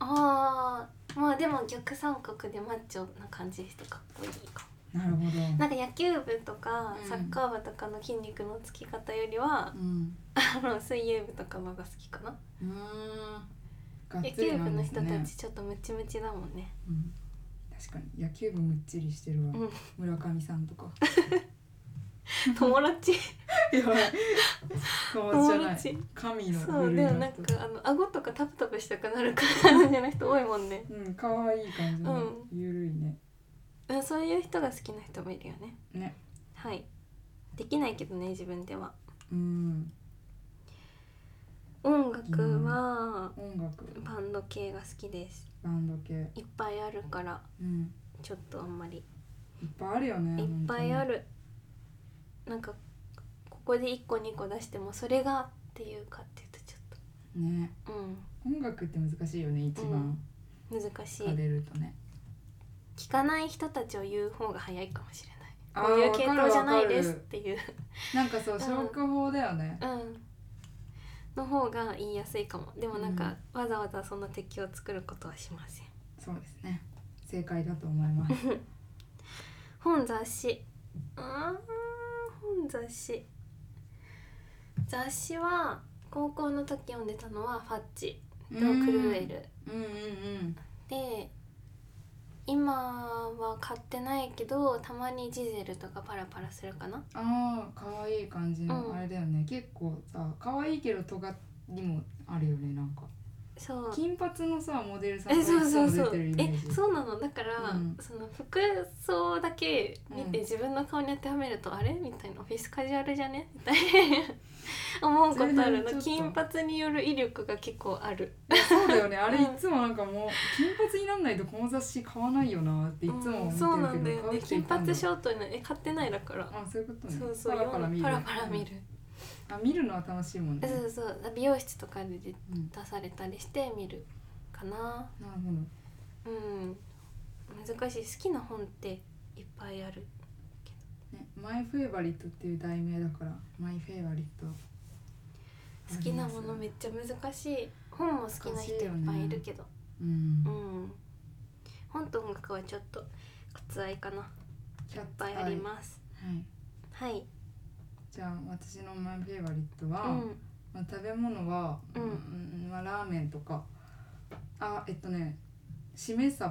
S1: ああまあでも逆三角でマッチョな感じしてかっこいいか
S2: なるほ
S1: も
S2: ど、
S1: なんか野球部とか
S2: うん
S1: サッカー部とかの筋肉のつき方よりは
S2: う、ん、
S1: あの水泳部とかの方が好きかな
S2: うーんが
S1: 野
S2: っつり
S1: 球
S2: な
S1: 部
S2: ん
S1: の
S2: です
S1: 人
S2: ね
S1: たちちょっとムチムチだもん ね
S2: うん、確かに野球部むっちりしてるわ、
S1: うん
S2: 村上さんと か
S1: 友達
S2: やばい友達じゃ
S1: 友
S2: な
S1: 達
S2: い神の
S1: そう
S2: 部
S1: で
S2: 類
S1: も
S2: の
S1: なん
S2: 人
S1: かあの顎とかタプタプしたくなる感じの人多いもんね
S2: うん可愛い感じの、ゆるいね
S1: うんそういう人が好きな人もいるよね
S2: ね
S1: はいできないけどね自分では
S2: うん
S1: 音楽は
S2: 音楽
S1: バンド系が好きです
S2: バンド系
S1: いっぱいあるから
S2: うん
S1: ちょっとあんまり
S2: いっぱいあるよね
S1: いっぱいあ
S2: る
S1: るなんかここで1個2個出してもそれがっていうかっていうとち
S2: ね
S1: ょっ
S2: 音楽って難しいよね一番
S1: とうん難し
S2: 枯
S1: い
S2: れるとね、
S1: 聞かない人たちを言う方が早いかもしれない
S2: あー
S1: こういう系
S2: わ
S1: 統
S2: かる
S1: じゃないですっ
S2: わかる
S1: ていう
S2: なんかそう
S1: うん
S2: 消去法だよね、
S1: うんの方が言いやすいかもでもなんか、わざわざそんな敵を作ることはしません
S2: そうですね正解だと思 います
S1: 本雑誌うーん本雑誌雑誌は高校の時読んでたのは「ファッチ」と「クルエル」
S2: うんうんうん
S1: で今は買ってないけどたまにジゼルとかパラパラするかな
S2: ああ可愛い感じ
S1: う
S2: の
S1: ん
S2: あれだよね、結構さ可愛いけど尖りもあるよねなんか
S1: そう
S2: 金髪のさモデルさん
S1: え
S2: がいつ
S1: そうそう
S2: も
S1: そ
S2: 出
S1: う
S2: てるイメ
S1: え
S2: ージ
S1: そうなのだから、
S2: うん
S1: その服装だけ見て
S2: うん
S1: 自分の顔に当てはめると、あれみたいなオフィスカジュアルじゃねみたいな 思うことある
S2: それ
S1: の
S2: ねちょっと
S1: 金髪による威力が結構ある
S2: いやそうだよねあれ
S1: うん
S2: いつもなんかもう金髪になんないとこの雑誌買わないよなっていつも思ってるけど、
S1: そうなんだよ
S2: 買
S1: ね
S2: う人い
S1: 金
S2: たんだ
S1: 髪ショートにえ買ってないだから
S2: あそういうことね
S1: そうそう
S2: パラパラ見る
S1: パラパラ見る、
S2: あ見るのは楽しいもんね
S1: えそうそう美容室とかで出
S2: うん
S1: されたりして見るかな
S2: なるほど
S1: うん難しい好きな本っていっぱいある
S2: ね、マイフェイバリットっていう題名だからマイフェイバリット
S1: 好きなものめっちゃ難しい本も好きな人いっぱいいるけど、
S2: うん
S1: うん本と音楽はちょっと割愛かないっ
S2: キャッツア
S1: ぱ
S2: イ
S1: いあります
S2: はい、
S1: はい、
S2: じゃあ私のマイフェイバリットは、
S1: うん
S2: まあ、食べ物は、
S1: うん
S2: んまあ、ラーメンとかあえっとねしめ鯖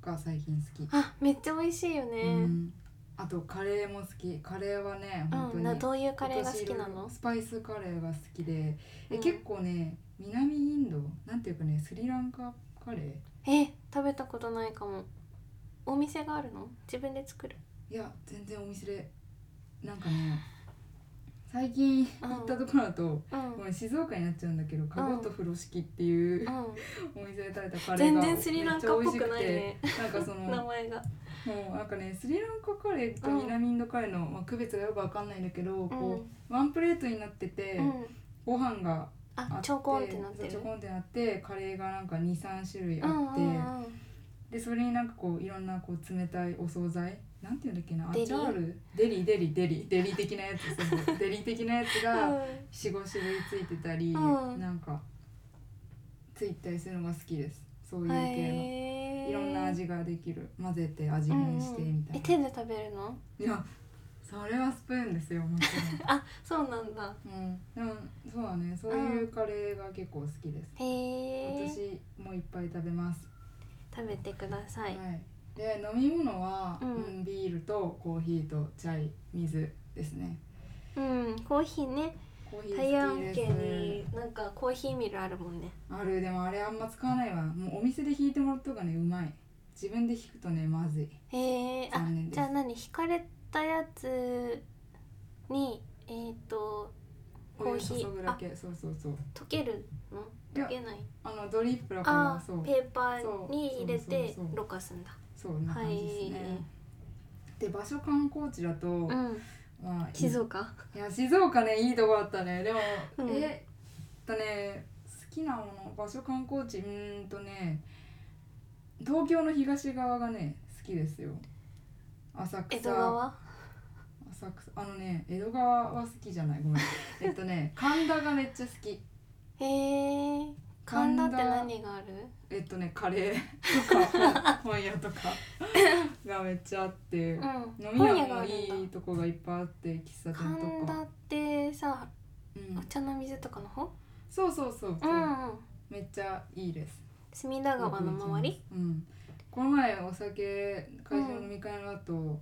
S2: が最近好き、
S1: あめっちゃ美味しいよね、
S2: うん、あとカレーも好きカレーはね本
S1: う
S2: 当
S1: ん、
S2: に、
S1: などういうカレーが好きな
S2: 私
S1: の
S2: スパイスカレーが好きで
S1: う
S2: え、
S1: ん
S2: 結構ね南インドなんていうかねスリランカカレー
S1: え食べたことないかもお店があるの自分で作る
S2: いや全然お店でなんかね最近
S1: うん
S2: 行ったところだと、
S1: うん、
S2: ごめん静岡になっちゃうんだけどカゴと風呂敷っていう
S1: う、ん、
S2: お店で食べたカレー
S1: 全
S2: が
S1: 然スリランカっぽくない
S2: めっ
S1: ね
S2: ち ゃ美味しくてなんかその
S1: 名前が
S2: もうなんかねスリランカカレーと南インドカレーの、まあ、区別がよくわかんないんだけど、こうワンプレートになってて、
S1: うん、
S2: ご飯があっ
S1: あ
S2: て
S1: チョコンってなってる
S2: そうチョコンってなってカレーがなんか23種類あ
S1: う
S2: っ
S1: ん
S2: て、
S1: うんうん
S2: でそれになんかこういろんなこう冷たいお惣菜なんていうんだっけなア
S1: デリ
S2: チャールデリデリデリデリ的なやつそうそう デリ的なやつが45種類ついてたり、
S1: うん
S2: なんかついたりするのが好きですそう
S1: う
S2: い
S1: ん
S2: う系
S1: へ
S2: の
S1: ー
S2: いろんな味ができる混ぜて味変してみたいな、
S1: うんうんえ手で食べるの
S2: いやそれはスプーンですよもち
S1: あそうなんだ
S2: ろ ん、うん、でもそうだねそういうカレーが結構好きです、
S1: へえ
S2: 私もいっぱい食べます、
S1: 食べてください、
S2: はいで飲み物は、う
S1: うんん
S2: ビールとコーヒーとチャイ水ですね
S1: うんコーヒーね
S2: コーヒー
S1: 台湾
S2: 好き
S1: 県
S2: で
S1: になんかコーヒーミルあるもんね
S2: すあるでもあれあんま使わないわもうお店で引いてもらった方がねうまい自分で引くとねまずい
S1: へえあ
S2: 残念です
S1: じゃあ何引かれたやつにえっ、と
S2: お湯
S1: コーヒー
S2: 注ぐだけそうそうそう
S1: 溶けるの
S2: いや
S1: 溶けない
S2: あのドリップだから
S1: あ
S2: そう
S1: ペーパーに入れ
S2: そうそう
S1: て
S2: そうそう
S1: ろ過すんだ
S2: そうこんな感じですね、
S1: はい
S2: で場所観光地だと、
S1: うん
S2: まあ
S1: 静岡
S2: いや静岡ねいいとこあったねでも、
S1: うん
S2: ええっとね好きなもの場所観光地うーんとね東京の東側がね好きですよ浅草
S1: 江戸川
S2: 浅草あのね江戸川は好きじゃない ごめんえっとね神田がめっちゃ好き
S1: へえ神田って何がある
S2: えっとねカレーと か本屋とかがめっちゃあって、
S1: うん
S2: 飲み
S1: 本
S2: 屋
S1: 屋が
S2: も
S1: ある
S2: いい
S1: んだ
S2: とこがいっぱいあって喫茶店と
S1: 神田
S2: か、
S1: ってさ
S2: うん
S1: お、茶の水とかの方
S2: そうそうそう、
S1: うんうん
S2: めっちゃいいです
S1: 隅田川の周り
S2: うんこの前お酒会場の飲み会の後、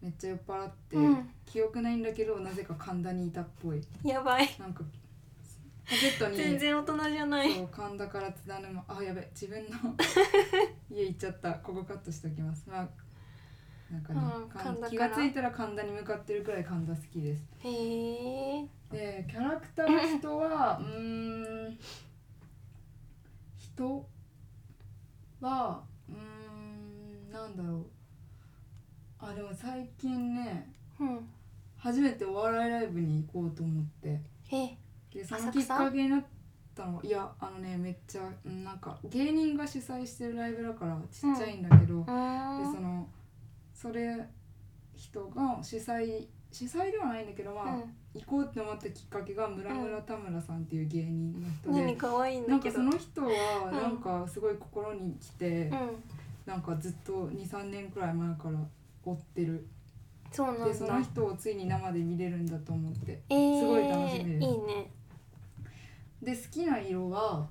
S2: めっちゃ酔っ払って、
S1: うん
S2: 記憶ないんだけどなぜか神田にいたっぽい
S1: やばい
S2: なんかポケットに
S1: 全然大人じゃない
S2: そう神田から津田沼あやべ自 分の家行っちゃったここカットしておきますまあなんかね、
S1: うん
S2: かん
S1: 神田
S2: 気
S1: から
S2: がついたら神田に向かってるくらい神田好きです
S1: へえ
S2: でキャラクターの人はうーん人はうーんなんだろうあでも最近ね
S1: うん
S2: 初めてお笑いライブに行こうと思って
S1: え
S2: でその
S1: 浅
S2: きっ
S1: 草
S2: かけになったのいやあのねめっちゃうんなんか芸人が主催してるライブだからちっちゃいんだけど、
S1: う
S2: でそ
S1: ん
S2: のそれ人が主催主催ではないんだけどまあ、
S1: うん
S2: 行こうって思ったきっかけが村村田村さんっていう芸人の人で、
S1: 何可愛いん
S2: な
S1: だ
S2: んか
S1: け
S2: そ
S1: ど
S2: の人は
S1: うん
S2: なんかすごい心に来て、
S1: うん
S2: なんかずっと23年くらい前から追ってる
S1: そうなんだ
S2: でその人をついに生で見れるんだと思って
S1: えー、
S2: すごい楽しみです
S1: いいね
S2: で好きな色は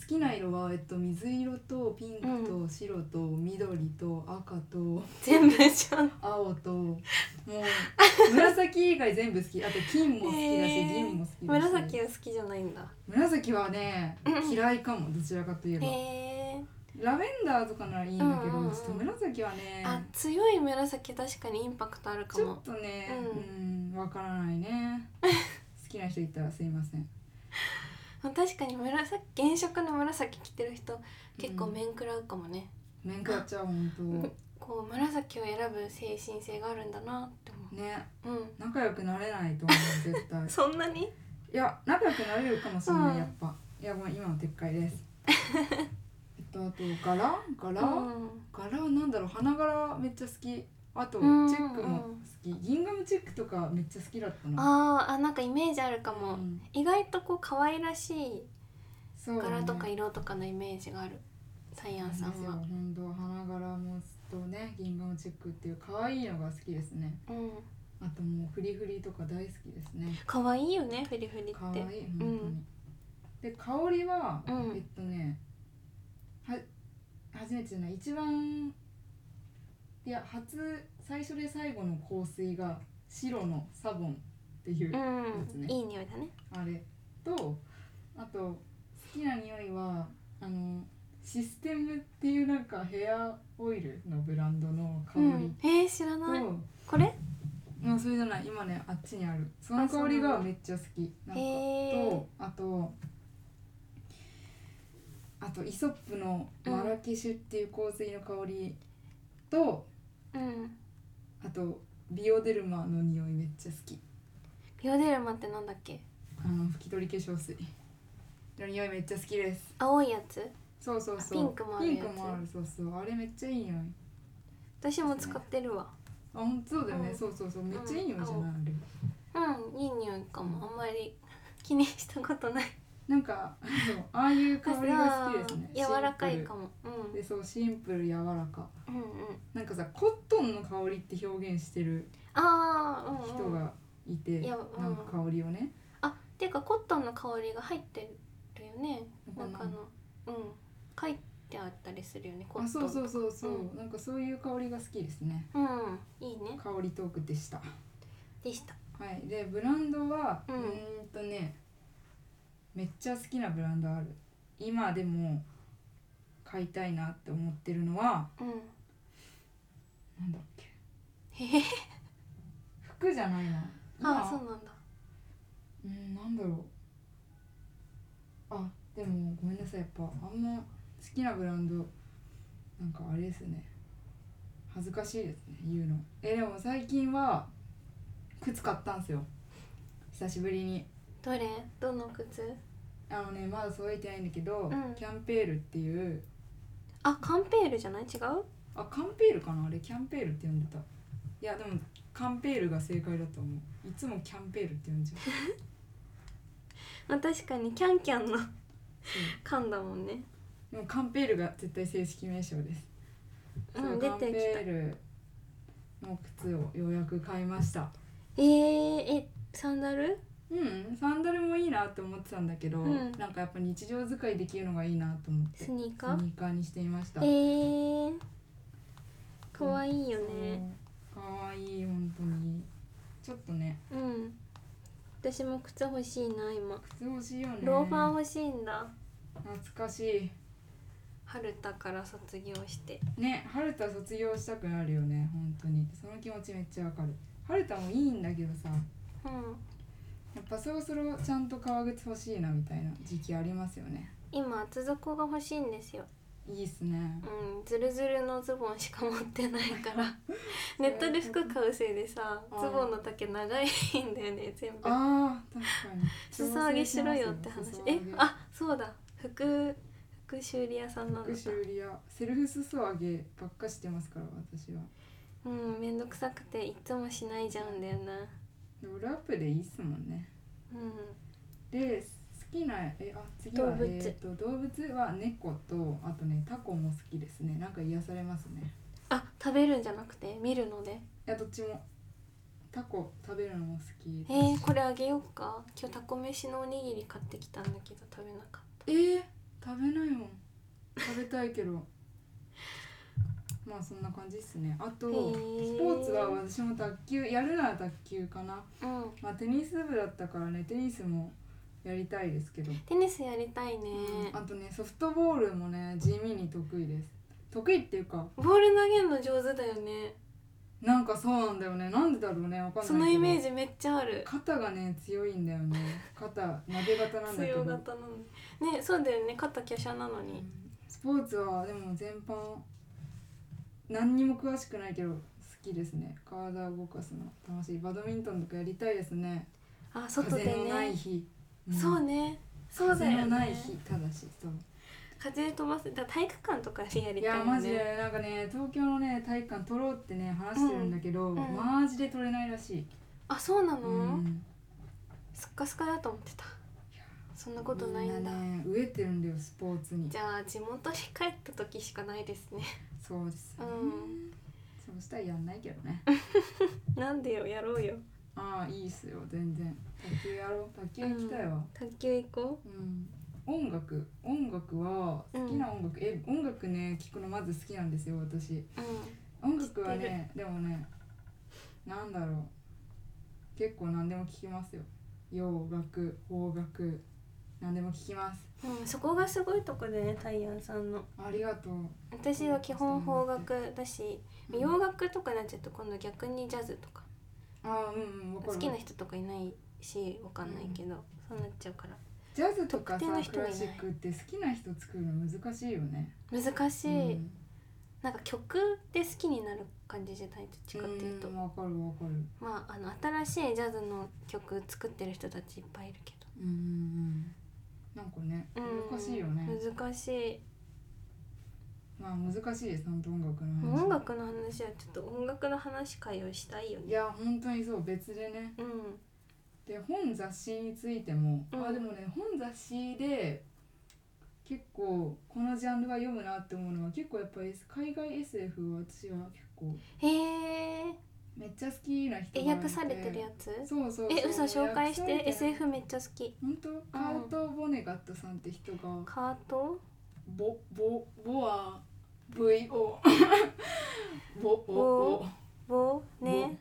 S2: 好きな色は、えっと、水色とピンクと白と緑と赤 と
S1: 全部ちゃん
S2: 青とも う紫以外全部好きあと金も好きだし、
S1: へー
S2: 銀も好きだし
S1: 紫は好きじゃないんだ
S2: 紫はね
S1: うん
S2: 嫌いかもどちらかといえ
S1: へ
S2: ば
S1: え
S2: ラベンダーとかならいいんだけど、
S1: うんうんうん
S2: ちょっと紫は
S1: あ
S2: ね
S1: 強い紫確かにインパクトあるか
S2: ちょ
S1: も
S2: っとね
S1: う
S2: うんわ、からな いね好きな人いたらすいません
S1: 確かに紫原色の紫着てる人結構
S2: うん
S1: 面食らうかもね、
S2: 面食らっちゃう本
S1: こう紫を選ぶ精神性があるんだなって
S2: 当ね
S1: 思ううん
S2: 仲良くなれないと思う 絶対
S1: そんなに
S2: いや仲良くなれるかもしれない、
S1: うん
S2: やっぱいやごめん今の撤 回ですえっとあと柄柄、
S1: うん
S2: 柄はなんだろう花柄めっちゃ好きあとチ
S1: うんうん
S2: ェックも好き、ギンガムチェックとかめっちゃ好きだったな
S1: あーあなんかイメージあるかも、
S2: うん
S1: 意外とこう可愛らしい
S2: そうね
S1: 柄とか色とかのイメージがあるサイアンさんは
S2: 本当花柄もとね銀河チェックっていう可愛いのが好きですね
S1: うん
S2: あともうフリフリとか大好きですね
S1: 可愛いよねフリフリって
S2: 可愛い本当
S1: う
S2: に、
S1: ん
S2: で香りは、
S1: うん
S2: えっとねは初めてじゃない一番いや初最初で最後の香水が白のサボンっていう、
S1: うん、いい匂いだね
S2: あれとあと好きな匂いはあのシステムっていうなんかヘアオイルのブランドの香
S1: う
S2: り
S1: ん、えー、知ら
S2: と、
S1: ないこれ
S2: もうそれじゃない今ねあっちにあるその香りがめっちゃ好きなん
S1: へ
S2: か
S1: ー
S2: とあとあとイソップのマラケシュっていう香水の香りと、
S1: うん
S2: あとビオデルマの匂いめっちゃ好き
S1: ビオデルマってなんだっけ
S2: あの拭き取り化粧水の匂いめっちゃ好きです
S1: 青いやつ
S2: そうそうそう
S1: ピンクもあるやつ
S2: ピンクもあるそうそうあれめっちゃいい匂いあ
S1: 私も使ってるわ
S2: ほんそうだよね、
S1: うん
S2: そうそうそうめっちゃいい匂いじゃない、あれ
S1: うんいい匂いかもあんま り気にしたことない
S2: なんかそうああいう香りが好きですね
S1: 柔らかい
S2: シンプ
S1: かもうん
S2: ルでそうシンプル柔らか
S1: うんうん
S2: なんかさコットンの香りって表現してる
S1: ああうん、
S2: 人
S1: うん、
S2: がいて、
S1: いやうん
S2: なんか香りをね
S1: あっていうかコットンの香りが入ってるよね中
S2: なんかな
S1: のうんかいってあったりするよねコッ
S2: あ
S1: トン
S2: そうそうそうそう、
S1: う
S2: なんかそういう香りが好きですね
S1: うんいいね
S2: 香りトークでした
S1: でした
S2: はいでブランドは
S1: う
S2: うんんーんとねめっちゃ好きなブランドある今でも買いたいなって思ってるのは
S1: うん
S2: なんだっけ
S1: へへ
S2: 服じゃないな
S1: あ
S2: 今
S1: そうなんだ
S2: うんなんだろうあでもごめんなさいやっぱあんま好きなブランドなんかあれですね恥ずかしいですね言うのえでも最近は靴買ったんすよ久しぶりに
S1: どれどの靴
S2: あのねまだ届いてないんだけ
S1: う
S2: ど、
S1: ん
S2: キャンペールっていう
S1: あカンペールじゃない違う
S2: あカンペールかなあれキャンペールって呼んでたいやでもカンペールが正解だと思ういつもキャンペールって呼んじゃう
S1: まあ確かにキャンキャンの
S2: そう
S1: 缶だもんね
S2: でもカンペールが絶対正式名称です。
S1: うん
S2: そう
S1: 出
S2: カン
S1: て
S2: ペ
S1: きた
S2: ールの靴をようやく買いました。
S1: えー、えサンダル
S2: うん、サンダルもいいなって思ってたんだけど、
S1: うん
S2: なんかやっぱ日常使いできるのがいいなと思って
S1: ス
S2: スニ
S1: ニーカー
S2: ーカーにしてみました。
S1: えー、かわいいよね
S2: そう。かわいい本当に。ちょっとね、
S1: うん私も靴欲しいな今
S2: 靴欲しいよね。
S1: ローファー欲しいんだ
S2: 懐かし
S1: 春田から卒業して
S2: い。ね、春田卒業したくなるよね本当に。その気持ちめっちゃわかる。春田もいいんだけどさ。
S1: うん
S2: やっぱそろそろちゃんと革靴欲しいなみたいな時期ありますよね
S1: 今厚底が欲しいんですよ
S2: いいっすね
S1: うんズルズルのズボンしか持ってないから ネットで服買うせいでさ
S2: あー
S1: ズボンの丈長いんだよね全部
S2: あー確かに
S1: 裾上げしろよって話えあそうだ服服修理屋さんなんだ
S2: 副修理やセルフ裾上げばっかしてますから私は
S1: うんめんどくさくていつもしないじゃうんだよな
S2: でもラップでいいっすもんね
S1: うん
S2: で好きなえあ次は
S1: 動物
S2: えーと動物は猫とあとねタコも好きですねなんか癒されますね
S1: あ食べるんじゃなくて見るので
S2: いやどっちもタコ食べるのも好き
S1: えー、これあげようか今日タコ飯のおにぎり買ってきたんだけど食べなかっ
S2: えー、食べないもん食べたいけどまあそんな感じですねあと
S1: へ
S2: ス
S1: ー
S2: ポーツは私も卓球やるなら卓球かな
S1: たうん
S2: まあテニス部だったからねテニスもやりたいですけど、
S1: テニスやりたいね、
S2: あとねソフトボールもね地味に得意です得意っていうか
S1: ボール投げるの上手だよね
S2: なんかそうなんだよねなんでだろうねわかんないけど
S1: そのイメージめっちゃある
S2: 肩がね強いんだよね肩鍋型なんだけ
S1: 強
S2: ど
S1: 型なのにねそうだよね肩華奢なのに、
S2: スポーツはでも全般何にも詳しくないけど好きですね体を動かすの楽しいバドミントンとかやりたいですね
S1: あ外で
S2: 風のない
S1: ね
S2: 日、
S1: そう
S2: ね
S1: ねそうだよ
S2: 風のない
S1: ね
S2: 日ただしそう
S1: 風飛ばすだ体育館とかでやり
S2: い
S1: たい
S2: や
S1: よ
S2: マジで
S1: ね
S2: なんかね東京のね体育館取ろうってね話してるんだけど、
S1: んうん
S2: マジで取れないらしい、
S1: あそうな
S2: う
S1: の、
S2: ん
S1: すっかすかだと思ってたそんなことないんだ
S2: みね飢えてるんだよスポーツに
S1: じゃあ地元に帰った時しかないですね
S2: そうですよね、
S1: うん
S2: そうしたらやんないけどね
S1: なんでよやろうよ
S2: ああいいっすよ全然卓球やろう卓球行きたいわ、
S1: 卓球行こ
S2: うん音楽音楽は好きな音楽、え音楽ね聞くのまず好きなんですよ私
S1: う
S2: 音楽はねでもねなんだろう結構何でも聞きますよ洋楽邦楽何でも聞きます
S1: うん、うん、そこがすごいとこでねタイヤンさんの
S2: ありがとう
S1: 私は基本邦楽だし
S2: うん
S1: 洋楽とかになっちゃうと今度逆にジャズとか
S2: あーうんうんわかる
S1: 好きな人とかいないしわかんないけど、そうなっちゃうから
S2: ジャズとかさ
S1: 特定の人
S2: ク
S1: がい
S2: ラ
S1: ない
S2: シックって好きな人作るの難しいよね
S1: 難しい、
S2: うん
S1: なんか曲で好きになる感じじゃないどっちかっていうと、
S2: うんわかるわかる
S1: まああの新しいジャズの曲作ってる人たちいっぱいいるけ
S2: うんうんうんなんかね
S1: ど、うん
S2: 難しいよね、
S1: 難しい
S2: まあ難しいです本当音楽の話
S1: 音楽の話はちょっと音楽の話会をしたいよ
S2: い
S1: ね
S2: や本当にそう別でね
S1: うん
S2: で本雑誌についても、
S1: うん
S2: あでもね本雑誌で結構このジャンルは読むなって思うのは結構やっぱり海外 SF は私は結構
S1: へー
S2: めっちゃ好きな人
S1: え
S2: がいて
S1: 訳されてるやつ
S2: そうそうそう
S1: え嘘紹介し
S2: 訳され
S1: て SF めっちゃ好き
S2: 本当カート・ボネガットさんって人が
S1: カート
S2: ボボボは V O ボボ
S1: ボ
S2: ボ
S1: ネ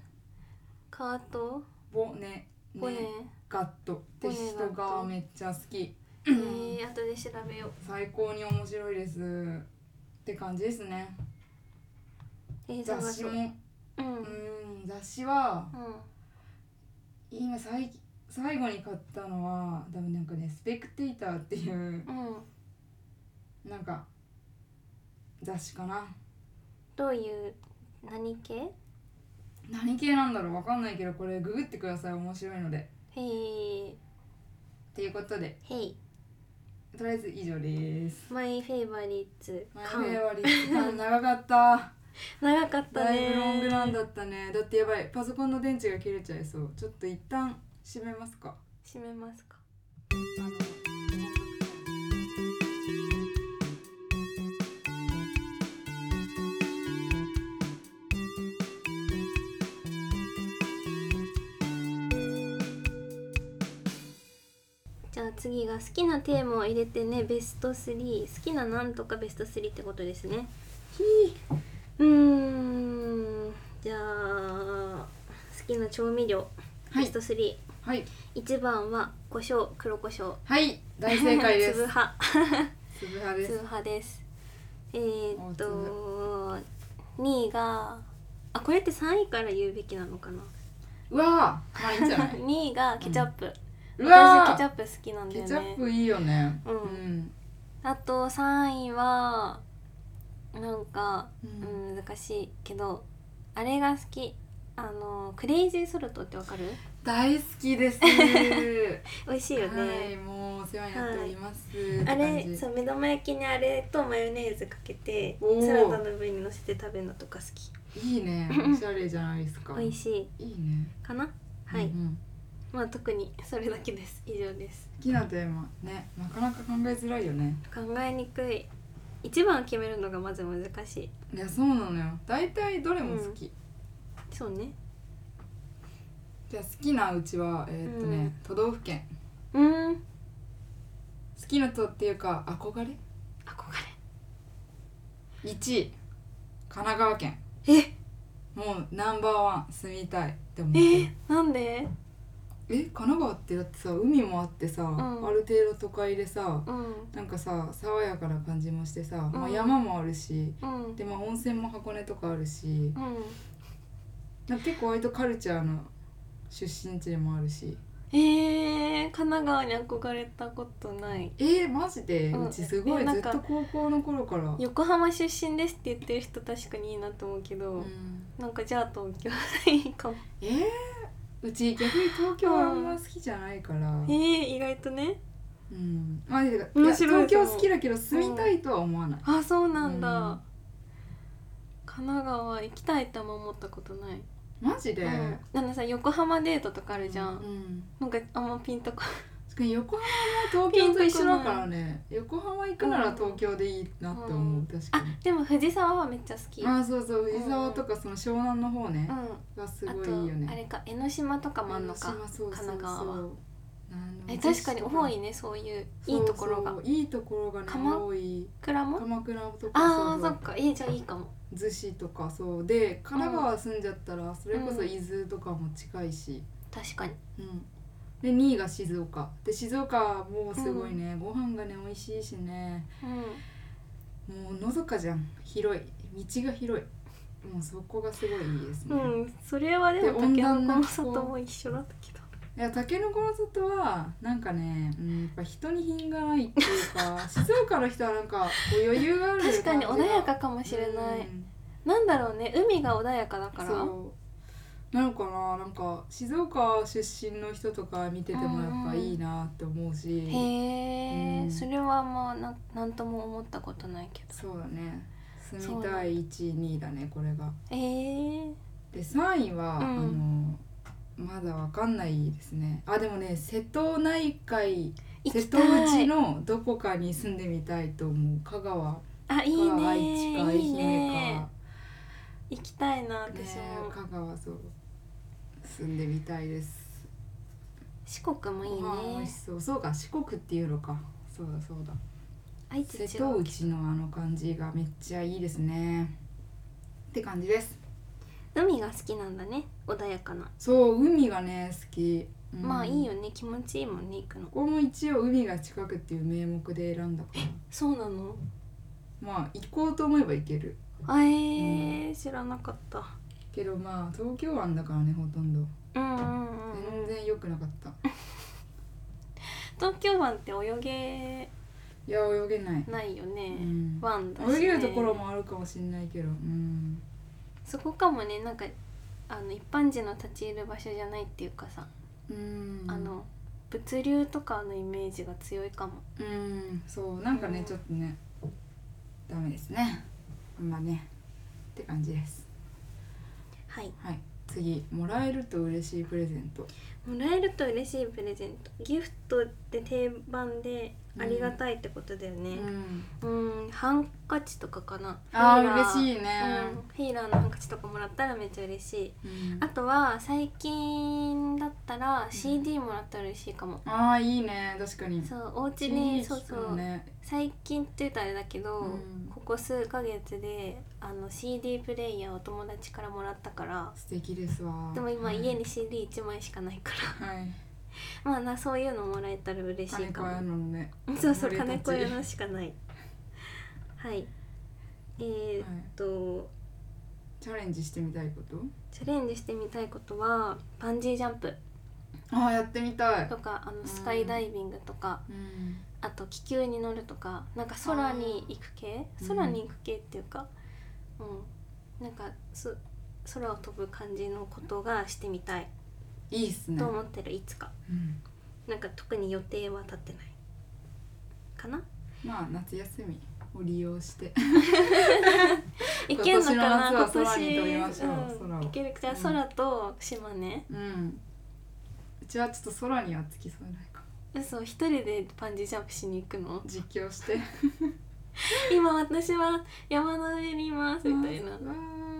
S1: カート
S2: ボネ
S1: ボネ
S2: ネガットって人がめっちゃ好き
S1: えー、後で調べよう
S2: 最高に面白いですって感じですね
S1: えー、
S2: 雑誌
S1: 探そう
S2: も
S1: うんう
S2: うんん雑誌は今最最後に買ったのは多分なんかね「スペクテーター」っていう
S1: うん
S2: なんか雑誌かな
S1: どういう何系へ
S2: 何系なんだろうわかんないけどこれググってください面白いので
S1: い
S2: っていうことで
S1: へい
S2: とりあえず以上です
S1: マイフェイバリッツ
S2: 前
S1: カン
S2: ェアリー間長かった
S1: 長かった
S2: だ
S1: ね
S2: いぶロングランだったねだってやばいパソコンの電池が切れちゃいそうちょっと一旦閉めますか
S1: 閉めますか
S2: あの
S1: じゃあ次が好きなテーマを入れてねベスト3好きななんとかベスト3ってことですね
S2: ひ
S1: うーんじゃあ好きな調味料、
S2: は
S1: ベ
S2: い
S1: スト3
S2: はい
S1: 一番は胡椒黒胡椒
S2: はい大正解です
S1: 粒 派
S2: つぶはです
S1: 粒派ですえー、っと2位があこれって3位から言うべきなのかな
S2: うわーまあいいんじゃ ない
S1: 2位がケチャップ、
S2: うわ
S1: 私ケチャ
S2: ー
S1: ップ好きなんだ
S2: ケ
S1: よ
S2: チャッ
S1: ね
S2: プいいよね
S1: うん
S2: ん
S1: あと3位はなんか、
S2: う
S1: うんん、難しいけどあれが好きあのクレイジーソルトってわかる
S2: 大好 きです
S1: 美味しいよね、
S2: はい、もうお世話になっております、
S1: あ
S2: って感
S1: れ
S2: じ
S1: そう目玉焼きにあれとマヨネーズかけて
S2: おー
S1: サラダの上に乗せて食べるのとか好
S2: い いね、おしゃれじゃないですか
S1: き美味しい
S2: いいね
S1: かなはい、
S2: うんうん
S1: まあ特にそれだけです以上です
S2: 好きなテーマね、なかなか考えづらいよね
S1: 考えにくい一番を決めるのがまず難しい
S2: いや、そうなのよ大体どれも好き、
S1: そうね
S2: じゃあ好きなうちは、えーっとね、
S1: うん
S2: 都道府県
S1: うーん
S2: 好きなとっていうか、憧れ
S1: 憧
S2: 1位神奈川県
S1: れえ
S2: もうナンバーワン住みたいって思っ
S1: え
S2: てる
S1: なんで
S2: え神奈川ってだってさ海もあってさ、ある程度都会でさ
S1: うん
S2: なんかさ爽やかな感じもしてさ、まあ、
S1: うん
S2: 山もあるし
S1: うん
S2: でまあ温泉も箱根とかあるし
S1: うん
S2: なんか結構割とカルチャーの出身地でもあるし
S1: えー、神奈川に憧れたことない
S2: えー、マジで
S1: うん
S2: うちすご
S1: え
S2: い
S1: な
S2: ず
S1: ん
S2: っ
S1: か
S2: と高校の頃から、
S1: 横浜出身ですって言ってる人確かにいいなと思うけど、
S2: うん、
S1: なんかじゃあ東京がいいかも
S2: えー、うち逆に東京はあんま好きじゃないから、
S1: えー、意外とね
S2: うん、まあてかいや
S1: 面白い
S2: 東京好きだけど住みたいとは思わない、
S1: あそうなんだ、
S2: うん
S1: 神奈川行きたいってあんま思ったことない、
S2: マジで、
S1: うん、なんかさ横浜デートとかあるじゃん、
S2: うん
S1: なんかあんまピンとこ
S2: 確かに横浜も東京と一緒だからね横浜行くなら東京でいいなって思う、
S1: うん
S2: 確か
S1: あ
S2: に、
S1: でも藤沢はめっちゃ好き、うん、
S2: ああそうそう藤沢とかその湘南の方ね、
S1: あ
S2: がすごいいい
S1: と
S2: よ
S1: あ
S2: ね
S1: れか江ノ島とかもあんのか
S2: 江ノ島そうそうそう
S1: 神奈川は
S2: なんで
S1: え
S2: も
S1: 確かに多いねそういういいところが
S2: そうそういいところがね
S1: 鎌
S2: 多い
S1: 蔵も
S2: 鎌倉とか
S1: あ
S2: そう
S1: ー
S2: そ
S1: そうっかえじゃあいいかも
S2: 逗子とかそうで神奈川住んじゃったらそれこそ伊豆とかも近いし、
S1: 確かに
S2: うん、で2位が静岡で静岡もうすごいね、ご飯がね美味しいしね
S1: う
S2: もうのどかじゃん広い道が広いもうそこがすごいいいですね、
S1: ん、うん、それはでも
S2: で温
S1: 竹の子
S2: 暖な
S1: の
S2: 気候
S1: 里も一緒だったけど
S2: いやたけのこの里はなんかね、うん、やっぱ人に品がないっていうか 静岡の人はなんかこう余裕がある
S1: 確かに
S2: 感
S1: 穏
S2: じが
S1: やかかもしれない、
S2: うん
S1: なんだろうね海が穏やかだから
S2: そうなのかななんか静岡出身の人とか見ててもやっぱいいなって思うし、
S1: へえ、
S2: うん
S1: それはもうななんとも思ったことないけど
S2: そうだね住
S1: そう
S2: み
S1: だ
S2: たい1位2位だねこれが
S1: えー、
S2: で3位は、
S1: うん
S2: あのまだわかんないですねあでもね瀬戸内海
S1: 行
S2: 瀬
S1: き
S2: 戸
S1: た
S2: 内
S1: い
S2: のどこかに住んでみたいと思う香川か
S1: あいいね
S2: 愛知か愛
S1: いい
S2: 媛
S1: ね
S2: か
S1: 行きたいな
S2: ね
S1: 私も、
S2: 香川そう住んでみたいです
S1: 四国もいい
S2: ご飯美味
S1: ね
S2: しそうそうか四国っていうのかそうだそうだ
S1: 愛知
S2: 瀬
S1: 中央
S2: 戸内のあの感じがめっちゃいいですねって感じです
S1: 海が好きなんだね穏やかな、
S2: そう海がね好き、うん
S1: まあいいよね気持ちいいもんね行くの
S2: ここも一応海が近くっていう名目で選んだから
S1: そうなの
S2: まあ行こうと思えば行ける
S1: あえー、知らなかった
S2: けどまあ東京湾だからねほとんど
S1: うんうんうん
S2: 全然良くなかった
S1: 東京湾って泳げ
S2: いや泳げない、
S1: ないよ
S2: う
S1: ね、
S2: ん、
S1: 湾だし、ね、
S2: 泳げるところもあるかもしれないけどうん
S1: そこかもねなんかあの一般人の立ち入る場所じゃないっていうかさ、
S2: うん
S1: あの物流とかのイメージが強いかも
S2: うんそうなんかね、
S1: うん
S2: ちょっとねダメですねあんまねって感じです
S1: はい
S2: はい次もらえると嬉しいプレゼント
S1: もらえると嬉しいプレゼントギフトって定番でありがたいってことだよ
S2: う
S1: ね
S2: ん
S1: うんハンカチとかかな
S2: あ
S1: フィーラ
S2: ー
S1: ー
S2: 嬉しいね
S1: うん、フィーラーのハンカチとかもらったらめっちゃ嬉しい
S2: うん
S1: あとは最近だったら CD もらったら嬉しいかも、
S2: あーいいね確かに
S1: そうお家
S2: 新
S1: に
S2: 宿
S1: そうそう、
S2: ね
S1: 最近って言うとあれだけど、
S2: うん
S1: ここ数ヶ月であの CD プレイヤーを友達からもらったから
S2: 素敵ですわ
S1: でも今家
S2: に
S1: に CD1 枚しかないか
S2: はい
S1: ら まあなそういうのもらえたら嬉しい
S2: 金
S1: か
S2: 子屋
S1: も
S2: のね
S1: そうそう
S2: 俺た
S1: 金
S2: ち
S1: 子屋のしかないはいえー、っと
S2: チャレンジしてみたいこと
S1: チャレンジしてみたいことはバンジージャンプ
S2: あーやってみたい
S1: とかあの
S2: ん
S1: スカイダイビングとか、
S2: うん
S1: あと気球に乗るとかなんか空に行く系
S2: うん
S1: 空に行く系っていうかうんなんかそ空を飛ぶ感じのことがしてみたい
S2: いいっすね
S1: と思ってるいつか
S2: うん
S1: なんか特に予定は立ってないかな
S2: まあ夏休みを利用して
S1: 行けるのかな今
S2: 今年の夏は空に飛びましょ
S1: 年
S2: う
S1: うん
S2: 空を
S1: 行けるじゃあ
S2: うん
S1: 空と島ね
S2: うんうちはちょっと空にはつきそうにないかも
S1: 嘘一人でパンジージャンプしに行くの
S2: 実況して
S1: 今私は山の上にいますみたいな
S2: わー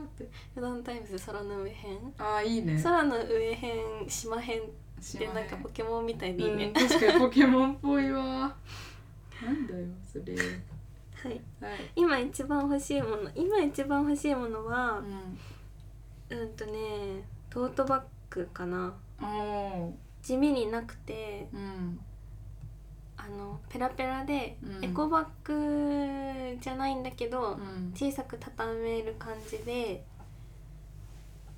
S2: って
S1: 普段タイムズ空の上編
S2: ああいいね
S1: 空の上編島編
S2: 知
S1: で
S2: ら
S1: なんかポケモンみたいでいいね、
S2: うん、確かにポケモンっぽいわなんだよそれ
S1: はい
S2: はい、
S1: 今一番欲しいもの今一番欲しいものは
S2: うん、
S1: うんとねトートバッグかな
S2: おー
S1: 地味になくて
S2: うん
S1: あのペラペラで、
S2: うん
S1: エコバッグじゃないんだけど、
S2: うん
S1: 小さく畳める感じで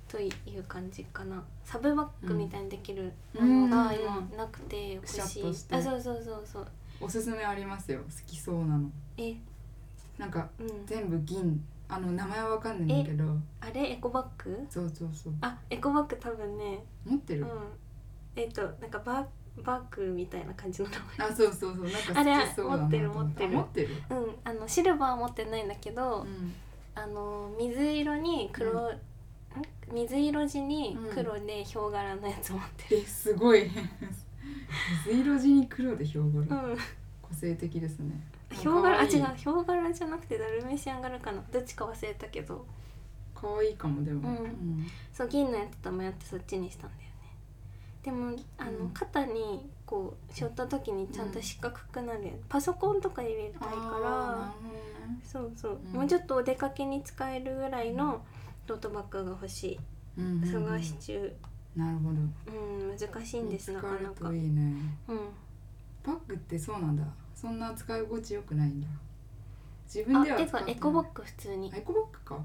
S1: という感じかなサブバッグみたいにできるものが今なくて欲
S2: く
S1: し
S2: し
S1: い、
S2: ゃっとして
S1: あそうそうそうそう
S2: おすすめありますよ好きそうなの
S1: え
S2: なんか
S1: うん
S2: 全部銀あの名前はわかんないんだけど
S1: あれエコバッグ
S2: そうそうそう
S1: あエコバッグ多分ね
S2: 持ってる、
S1: うん、えっ、となんかババッグみたいな感じの名
S2: あそうそうそうなんか好きそうだな
S1: あれ持ってる
S2: と思
S1: 持ってる
S2: あ持ってる、
S1: 前 うんあのシルバーは持ってないんだけど、
S2: う
S1: あの水色に黒、ん水色地に黒でヒョウ柄のやつ持って
S2: ん、えすごい 水色地に黒でヒョウ柄、
S1: るうん
S2: 個性的ですね
S1: ヒョウ柄あ
S2: 可愛い
S1: 違うヒョウ柄じゃなくてダルメシアン柄かなどっちか忘れたけど
S2: 可愛いかもでも、
S1: うんそう銀のやつと迷ってそっちにしたんだよねでもあの、
S2: うん
S1: 肩にこうしょった時にちゃんと四角くなるよね、パソコンとか入れたい
S2: あー
S1: から
S2: なるほどね
S1: そうそう、
S2: うん
S1: もうちょっとお出かけに使えるぐらいのトートバッグが欲し
S2: うんうんう
S1: い
S2: ん
S1: 探し中
S2: なるほど
S1: うん難しいんですなか
S2: 見
S1: な
S2: つか
S1: か
S2: るといいね
S1: うん
S2: バッグってそうなんだそんな使い心地良くないんだ自分
S1: あ
S2: では
S1: て
S2: 使っ
S1: か
S2: てない
S1: エコバッグ普通に
S2: あエコバッグか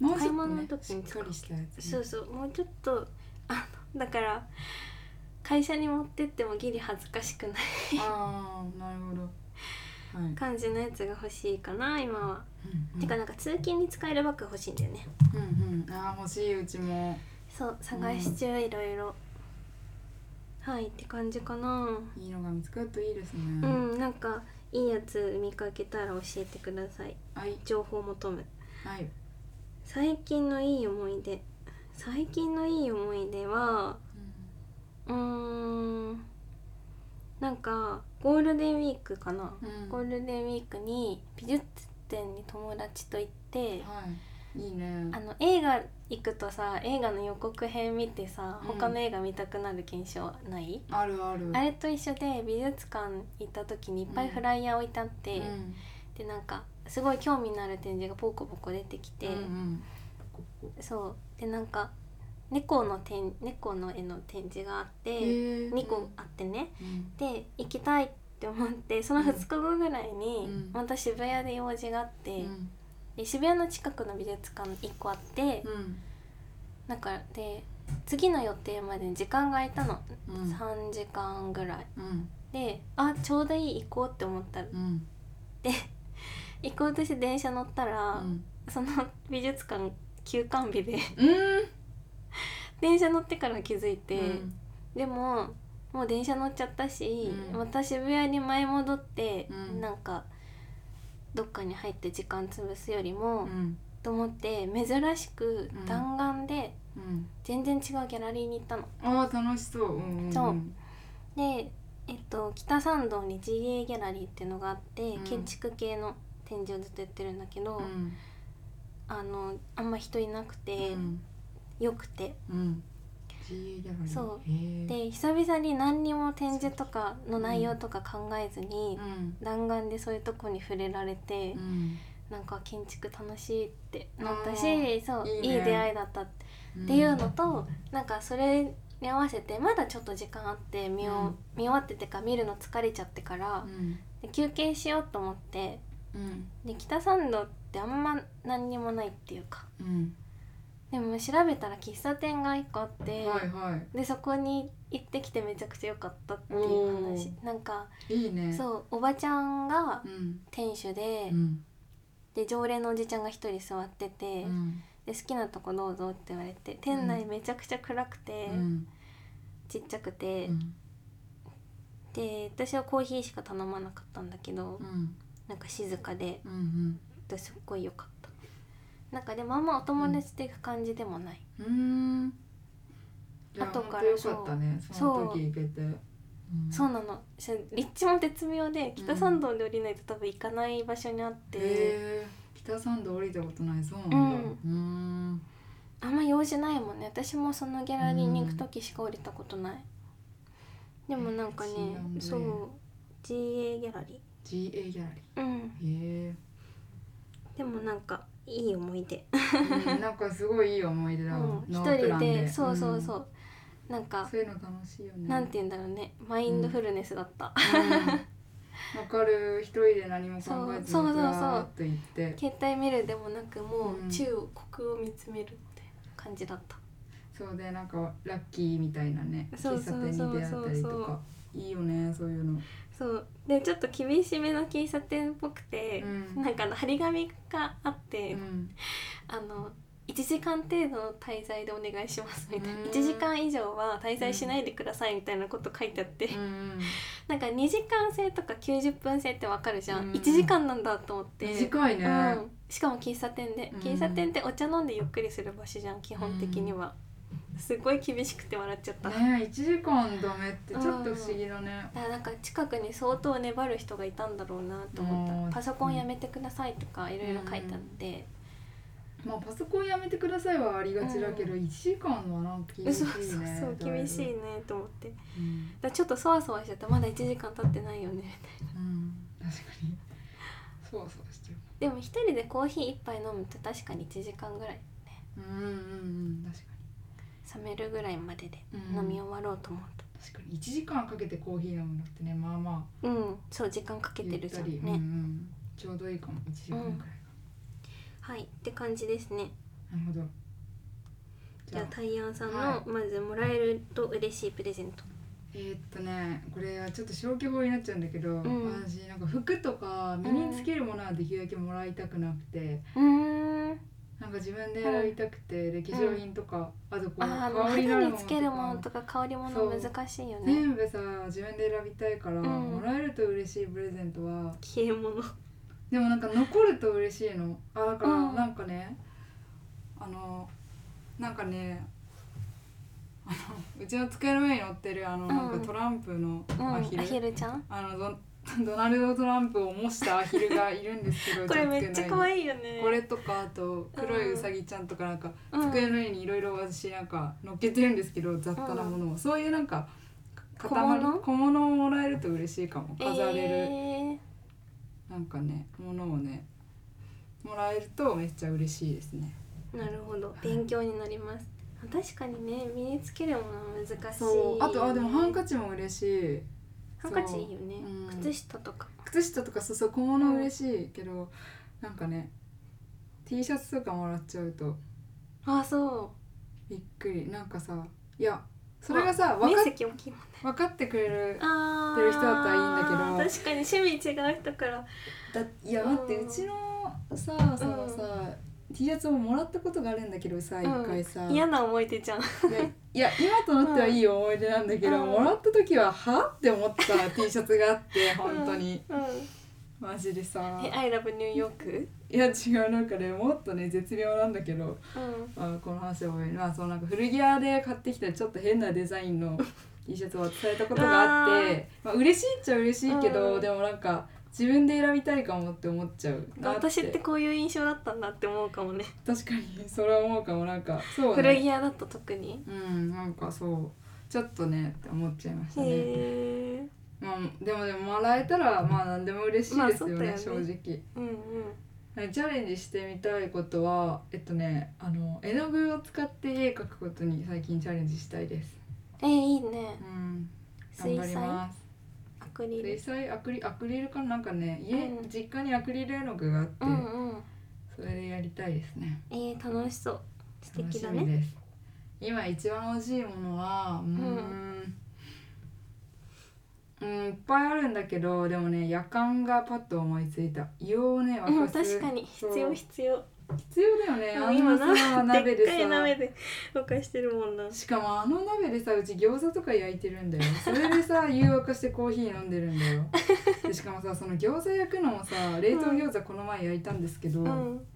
S1: うん
S2: もうち
S1: 買い
S2: ょっと
S1: 物
S2: ね
S1: の時
S2: しっ
S1: に使
S2: か
S1: う
S2: りしたやつ
S1: そうそうもうちょっとあのだから会社に持ってってもギリ恥ずかしくない
S2: ああなるほどはい
S1: 感じのやつが欲しいかな今は、
S2: うん
S1: てかなんか通勤に使えるバッグ欲しいんだよね
S2: うんうんああ欲しいうちも
S1: そう探し中いろいろはいって感じかない
S2: いのが見つかるといいですね
S1: うん、なんかいいやつ見かけたら教えてください
S2: はい
S1: 情報求む
S2: はい
S1: 最近のいい思い出最近のいい思い出はうーんなんかゴールデンウィークかな、
S2: うん
S1: ゴールデンウィークに美術展に友達と行って
S2: はいいいね
S1: あの映画行くとさ映画の予告編見てさ
S2: うん
S1: 他の映画見たくなる現象ない、
S2: あるある
S1: あれと一緒で美術館行った時にいっぱいフライヤー置いてあって、
S2: うん
S1: でなんかすごい興味のある展示がポコポコ出てきて、
S2: うんうん
S1: そうでなんか猫の展猫の絵の展示があって、
S2: へえ
S1: 2個あってね
S2: うん
S1: で行きたいって思ってその2日後ぐらいに、
S2: うん
S1: また渋谷で用事があって、
S2: うん
S1: で渋谷の近くの美術館1個あって、
S2: うん
S1: なんかで次の予定までに時間が空いたの、
S2: うん
S1: 3時間ぐらい
S2: うん
S1: であちょうどいい行こうって思ったら
S2: うん
S1: 行こうとして電車乗ったら、
S2: うん
S1: その美術館休館日で
S2: うん
S1: 電車乗ってから気づいて、
S2: うん
S1: でももう電車乗っちゃったし、
S2: うん
S1: また渋谷に前戻って、
S2: うん
S1: なんかどっかに入って時間潰すよりも、
S2: うん
S1: と思って珍しく
S2: うん
S1: 弾丸で
S2: うん
S1: 全然違うギャラリーに行ったの。
S2: あー楽しそううんうんん
S1: そうで、えっと、北参道に GA ギャラリーっていうのがあって、
S2: うん
S1: 建築系の展示をずっとやってるんだけど、
S2: うん
S1: あのあんま人いなくて、
S2: うん
S1: よくて
S2: うん、GA ギャラリー
S1: そう
S2: へー
S1: で久々に何にも展示とかの内容とか考えずに
S2: う、ん
S1: 弾丸でそういうとこに触れられて、
S2: うん
S1: なんか建築楽しいってなった
S2: あ
S1: しそう
S2: い
S1: い
S2: い
S1: い,、
S2: ね
S1: 出会いだったって
S2: うん
S1: っていうのと、なんかそれに合わせてまだちょっと時間あって見,、
S2: う
S1: を
S2: ん
S1: 見終わっててか見るの疲れちゃってから
S2: う、ん
S1: で休憩しようと思って
S2: うん
S1: で北参道ってあんま何にもないっていうか
S2: うん
S1: でも調べたら喫茶店が1個あって、
S2: はいは
S1: でそこに行ってきてめちゃくちゃ良かったっていう話
S2: お
S1: なんか
S2: いいいね
S1: そうおばちゃんが
S2: うん
S1: 店主で、
S2: うん
S1: で常連のおじちゃんが一人座ってて、
S2: うん
S1: で好きなとこどうぞって言われて店内めちゃくちゃ暗くて、
S2: うん
S1: ちっちゃくて、
S2: うん
S1: で私はコーヒーしか頼まなかったんだけど、
S2: うん
S1: なんか静かで
S2: うん
S1: すっごい良かったなんかでもあんまお友達っていう感じでもない、
S2: うんうんいや
S1: 後から
S2: 本当よかったね
S1: そう
S2: その時行けて
S1: そう
S2: な
S1: なのし立地も絶妙で北参道で降りないと多分行かない場所にあって、
S2: え北参道降りたことないそうなんだうん
S1: あんま用事ないもんね私もそのギャラリーに行く時しか降りたことない、でもなんかね
S2: えー G&A
S1: そう GA ギャラリ
S2: GA ギャラリ
S1: ーうん
S2: ーへ
S1: でもなんかいい思い出
S2: えうんなんかすごいいい思い出だわ
S1: うん一
S2: ノープラ
S1: 人
S2: ン
S1: でそうそう
S2: う
S1: そ
S2: ん
S1: う、なんか
S2: そういうの楽しいよね
S1: なんて言うんだろうねマインドフルネスだった、
S2: うんわかる一人で何も考えず
S1: そう
S2: に
S1: そうそう
S2: ず
S1: そう
S2: らーっと行って
S1: 携帯見るでもなくも
S2: うん
S1: う中国を見つめるって感じだった
S2: そうでなんかラッキーみたいなね
S1: そうそうそうそう
S2: 喫茶店に出会ったりとかいいよねそういうの
S1: そうでちょっと厳しめの喫茶店っぽくて
S2: う、ん
S1: なんかあの張り紙があって、
S2: うん
S1: あの1時間程度の滞在でお願いしますみたいな
S2: うん
S1: 1時間以上は滞在しないでくださいみたいなこと書いてあって、
S2: うん
S1: なんか2時間制とか90分制ってわかるじゃん、
S2: うん
S1: 1時間なんだと思って
S2: 短いね
S1: うん、しかも喫茶店で、
S2: うん
S1: 喫茶店ってお茶飲んでゆっくりする場所じゃん基本的には、すごい厳しくて笑っちゃった、だか
S2: ね一時間ダメってちょっと不思議だね
S1: らなんか近くに相当粘る人がいたんだろうなと
S2: う
S1: 思
S2: ん
S1: ったパソコンやめてくださいとかいろいろ書いてあって、
S2: まあパソコンやめてくださいはありがちだけど
S1: う
S2: 一時間はなんか
S1: う
S2: 厳しい
S1: そう
S2: ね
S1: そうそう
S2: だいぶ
S1: 厳しいねと思ってだか
S2: うん
S1: らちょっとそわそわしちゃったまだ1時間経ってないよねみた いな
S2: うん確かにそうそうしてる
S1: でも一人でコーヒー一杯飲むと確かに1時間ぐらい
S2: うんうんうん確か
S1: 冷めるぐらいまでで
S2: うん
S1: 飲み終わろうと思う
S2: に確かに一時間かけてコーヒー飲むのってねまあまあ
S1: と、うん、そう時間かけてるじゃんね、
S2: ゆったりうんうん、ちょうどいいかも1時間くらいが、
S1: はいって感じですね
S2: なるほど
S1: じゃあタイヤンさんの、
S2: は
S1: まずもらえると嬉しいプレゼント
S2: えーっとねこれはちょっと消去法になっちゃうんだけど、
S1: ん
S2: 私なんか服とか身につけるものはできるだけもらいたくなくて、
S1: うーん
S2: なんか自分で選びたくて、で化粧品とか、あとこう
S1: あー
S2: 香りのあ
S1: 肌
S2: る
S1: につけるも
S2: も
S1: の
S2: のとか
S1: とか香りも
S2: そ
S1: の
S2: う
S1: 難しいよね
S2: 全部さ自分で選びたいから、
S1: ん
S2: もらえると嬉しいプレゼントは
S1: 消え物
S2: でもなんか残ると嬉しいのあだから
S1: うん
S2: なんかね、あのなんかねあのうちの机の上に乗ってるあの、
S1: ん
S2: なんかトランプの
S1: うん
S2: ア
S1: ア
S2: ヒル,、
S1: ヒルちゃん
S2: あのど ドナルド・トランプを模したアヒルがいるんですけ ど
S1: これめっちゃ可
S2: い
S1: 愛いよね
S2: これとかあと黒いウサギちゃんとかなんか
S1: うん
S2: 机の上にいろいろ私なんか乗っけてるんですけど雑多なものをそういうなんか塊
S1: 小物
S2: 小物をもらえると嬉しいかも飾れる、
S1: え
S2: なんかねものをねもらえるとめっちゃ嬉しいですね
S1: ーなるほど勉強になりますあ確かにね身につけるものは難しい
S2: そうあとあでもハンカチも嬉しい
S1: ハンカチいいよね、
S2: うん
S1: 靴下とか
S2: 靴下とかそうそう小物嬉しいけど、なんかね T シャツとかもらっちゃうと
S1: あそ
S2: びっくりなんかさいやそれがさ
S1: う
S2: 分
S1: 面
S2: かっ
S1: 積大きいもんね
S2: 分かってくれる
S1: あー
S2: てる人だったらいいんだけど
S1: 確かに趣味違う人から
S2: だいや
S1: うん
S2: 待ってうちのさそのさ、T シャツをもらったことがあるんだけどさ一
S1: うん
S2: 回さ、いや
S1: 嫌な思い出じゃん
S2: いや今となってはいい思い出なんだけど、
S1: うん
S2: もらった時ははって思った T シャツがあって本当に、
S1: うん、うん
S2: マジでさ
S1: え「I love New York
S2: いや違うなんかねもっとね絶妙なんだけど」
S1: うん
S2: あこの話は終わりまあそのなんか古着屋で買ってきたちょっと変なデザインの T シャツを伝えたことがあってまあ嬉しいっちゃ嬉しいけど、
S1: うん
S2: でもなんか自分で選びたいかもって思っちゃうな
S1: 私ってこういう印象だったんだって思うかもね
S2: 確かにそれは思うかもなんかそう
S1: 古
S2: ね
S1: 着屋だと特に
S2: うんなんかそうちょっとねって思っちゃいました
S1: へ
S2: ね、
S1: え
S2: まあ、でもでももらえたらまあ何でも嬉しいですよね,、
S1: まあそうだよね
S2: 正直
S1: うんうん
S2: はいチャレンジしてみたいことはえっとねあの絵の具を使って絵描くことに最近チャレンジしたいです
S1: えいいね
S2: うん頑
S1: 水
S2: 張り
S1: 彩ア
S2: ます
S1: クリ
S2: 水
S1: ル
S2: 彩アクリアクリルかななんかね家、
S1: うん
S2: 実家にアクリル絵の具があって、
S1: うんうん
S2: それでやりたいですね
S1: えー、楽しそう素
S2: 楽
S1: 敵
S2: し
S1: だ
S2: み
S1: ね
S2: です今一番欲しいものはうーんうんいっぱいあるんだけどでもね夜間がパッと思いついた硫黄をね
S1: う
S2: 沸
S1: ん
S2: かす、
S1: 確かに
S2: そう
S1: 必要必要
S2: 必要だよね
S1: うん
S2: あ
S1: 今
S2: のさ
S1: な
S2: 鍋
S1: で
S2: で
S1: っかい鍋
S2: さ
S1: で沸かしてるもんな
S2: しかもあの鍋でさうち餃子とか焼いてるんだよそれ でさ誘惑してコーヒー飲んでるんだよでしかもさその餃子焼くのもさ冷凍餃子この前焼いたんですけど、
S1: うん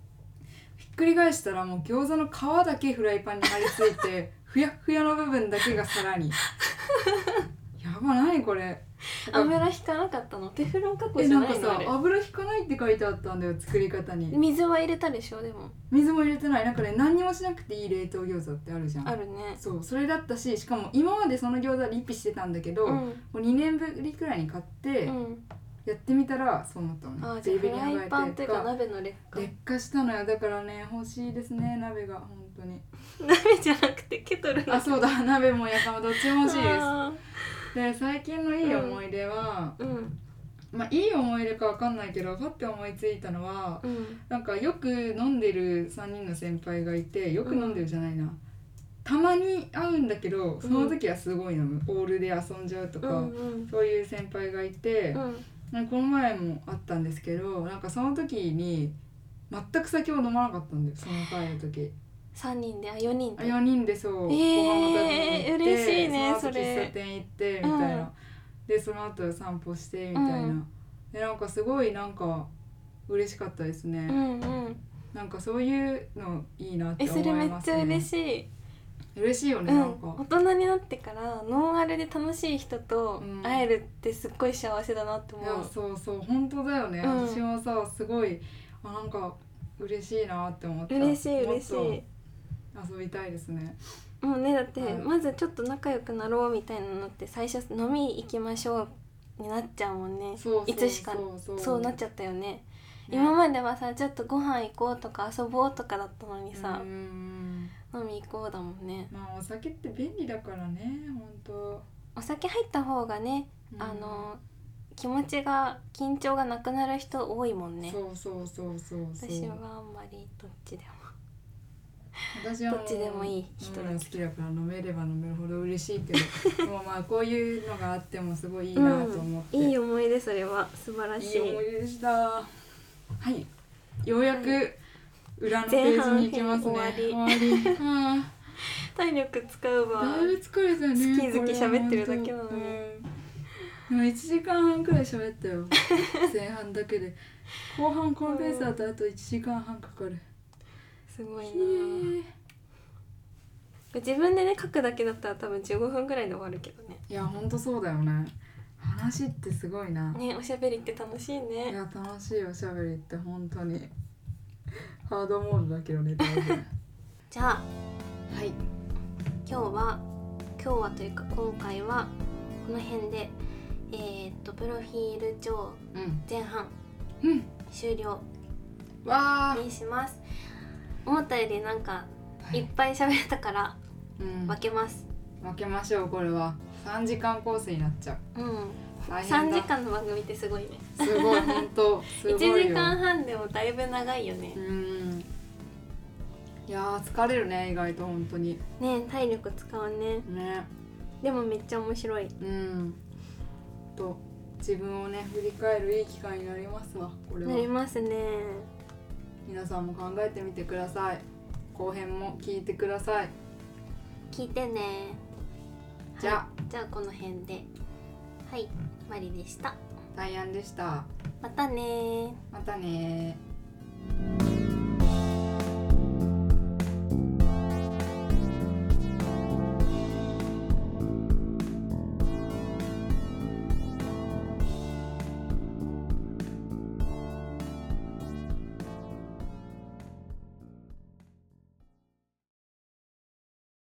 S2: ひっくり返したらもう餃子の皮だけフライパンに張り付いてふやっふやの部分だけが皿にやば何これ
S1: 油引かなかったのテフロン加工
S2: え
S1: じゃ
S2: なん
S1: な
S2: か
S1: いの
S2: さ
S1: あれ
S2: 油引かないって書いてあったんだよ作り方に
S1: 水は入れたでしょでも
S2: 水も入れてないなんかね何にもしなくていい冷凍餃子ってあるじゃん
S1: あるね
S2: そうそれだったししかも今までその餃子リピしてたんだけど、
S1: う
S2: も
S1: ん
S2: う2年ぶりくらいに買って、
S1: うん
S2: やってみたらそう思ったの
S1: あ
S2: ね
S1: ーじゃあ
S2: ベ
S1: フ
S2: ーベ
S1: ライパンというか鍋の劣化
S2: 劣化したのよだからね欲しいですね鍋が本当 に
S1: 鍋じゃなくてケトルの
S2: あそうだ鍋もやかもどっちも欲しいです
S1: あ
S2: で最近のいい思い出は、
S1: ーうん
S2: まあいい思い出かわかんないけどパッて思いついたのは
S1: うん
S2: なんかよく飲んでる3人の先輩がいてよく飲んでるじゃないな、たまに会うんだけどその時はすごい飲む、オールで遊んじゃうと
S1: う
S2: か、
S1: んうん
S2: そういう先輩がいて、
S1: うん
S2: なんかこの前もあったんですけどなんかその時に全く酒を飲まなかったんだよその会の時
S1: 三人であ四人
S2: あ
S1: で
S2: 4人でそう、
S1: えー
S2: ご飯を食べに行って
S1: 嬉しいね
S2: その後
S1: それ
S2: 喫茶店行ってみたいな、
S1: うん
S2: でその後散歩してみたいな、
S1: うん
S2: でなんかすごいなんか嬉しかったですね、
S1: うんうん
S2: なんかそういうのいいなって
S1: え
S2: 思
S1: それめ
S2: い
S1: っ
S2: ます
S1: ちゃ嬉
S2: ね
S1: しい
S2: 嬉しいよ
S1: うん
S2: ね、なんか
S1: 大人になってからノンアルで楽しい人と
S2: うん
S1: 会えるってすっごい幸せだなって
S2: い
S1: 思
S2: や
S1: う
S2: そうそう本当だよね、
S1: うん
S2: 私もさすごいあなんか嬉しいなって思った
S1: 嬉しい嬉し
S2: もっ
S1: い
S2: と遊びたいですね
S1: もうねだって
S2: うん
S1: まずちょっと仲良くなろうみたいなのって最初飲み行きましょうになっちゃうもんね
S2: そうそう
S1: いつしか
S2: そうそう
S1: そうなっ
S2: ゃ
S1: ちゃったよね
S2: ね
S1: 今まではさちょっとご飯行こうとか遊ぼうとかだったのにさ
S2: うん、うん
S1: 飲み行こうだもんね
S2: まあお酒って便利だからね本当、
S1: お酒入った方がね、
S2: うん
S1: あの気持ちが緊張がなくなる人多いもんね
S2: そうそうそうそうそう
S1: 私はあんまりどっちでも
S2: 私はもう
S1: どっちでもいい人だ
S2: 飲むの好きだから飲めれば飲めるほど嬉しいけ どもうまあこういうのがあってもすごいいいなと思って、
S1: いい思い出それは素晴ら
S2: い
S1: し
S2: い
S1: い
S2: 思い出でしたはいようや
S1: は
S2: く裏のページに行きますね
S1: 前半編終
S2: わりあ
S1: 体力使うわ
S2: あだいぶ疲れたね
S1: 好き好き喋ってるだけなのに
S2: これは本当うんでも1時間半くらい喋っ たよ前半だけで後半このペースだとあと1時間半かかる、
S1: すごいな
S2: ひえ
S1: 自分でね書くだけだったら多分15分ぐらいで終わるけどね
S2: いやほんとそうだよねあ話ってすごいな、
S1: ねおしゃべりって楽しい
S2: い
S1: ね
S2: や楽しいおしゃべりって本当にハードモードだけどね多分
S1: じゃあ
S2: はい
S1: 今日は今日はというか今回はこの辺でえーっとプロフィール帳
S2: うん
S1: 前半
S2: うん
S1: 終了
S2: わあ、
S1: にします思ったよりなんか
S2: はい
S1: っぱい喋ったから
S2: うん、
S1: 分
S2: 分
S1: けます
S2: けましょうこれは3時間構成になっちゃう
S1: うん
S2: 大
S1: 3
S2: 変だ
S1: 時間の番組ってすごいね
S2: すごい本当す
S1: 1
S2: ごいよ
S1: 時間半でもだいぶ長いよね
S2: うんいやー疲れるね意外と本当に
S1: ね体力使うね
S2: ね
S1: でもめっちゃ面白い
S2: うんと自分をね振り返るいい機会になりますわこれは
S1: なりますね
S2: 皆さんも考えてみてください後編も聞いてください
S1: 聞いてね
S2: じゃあ
S1: はいじゃあこの辺ではいマリでした
S2: 大安でした
S1: またねー
S2: またねー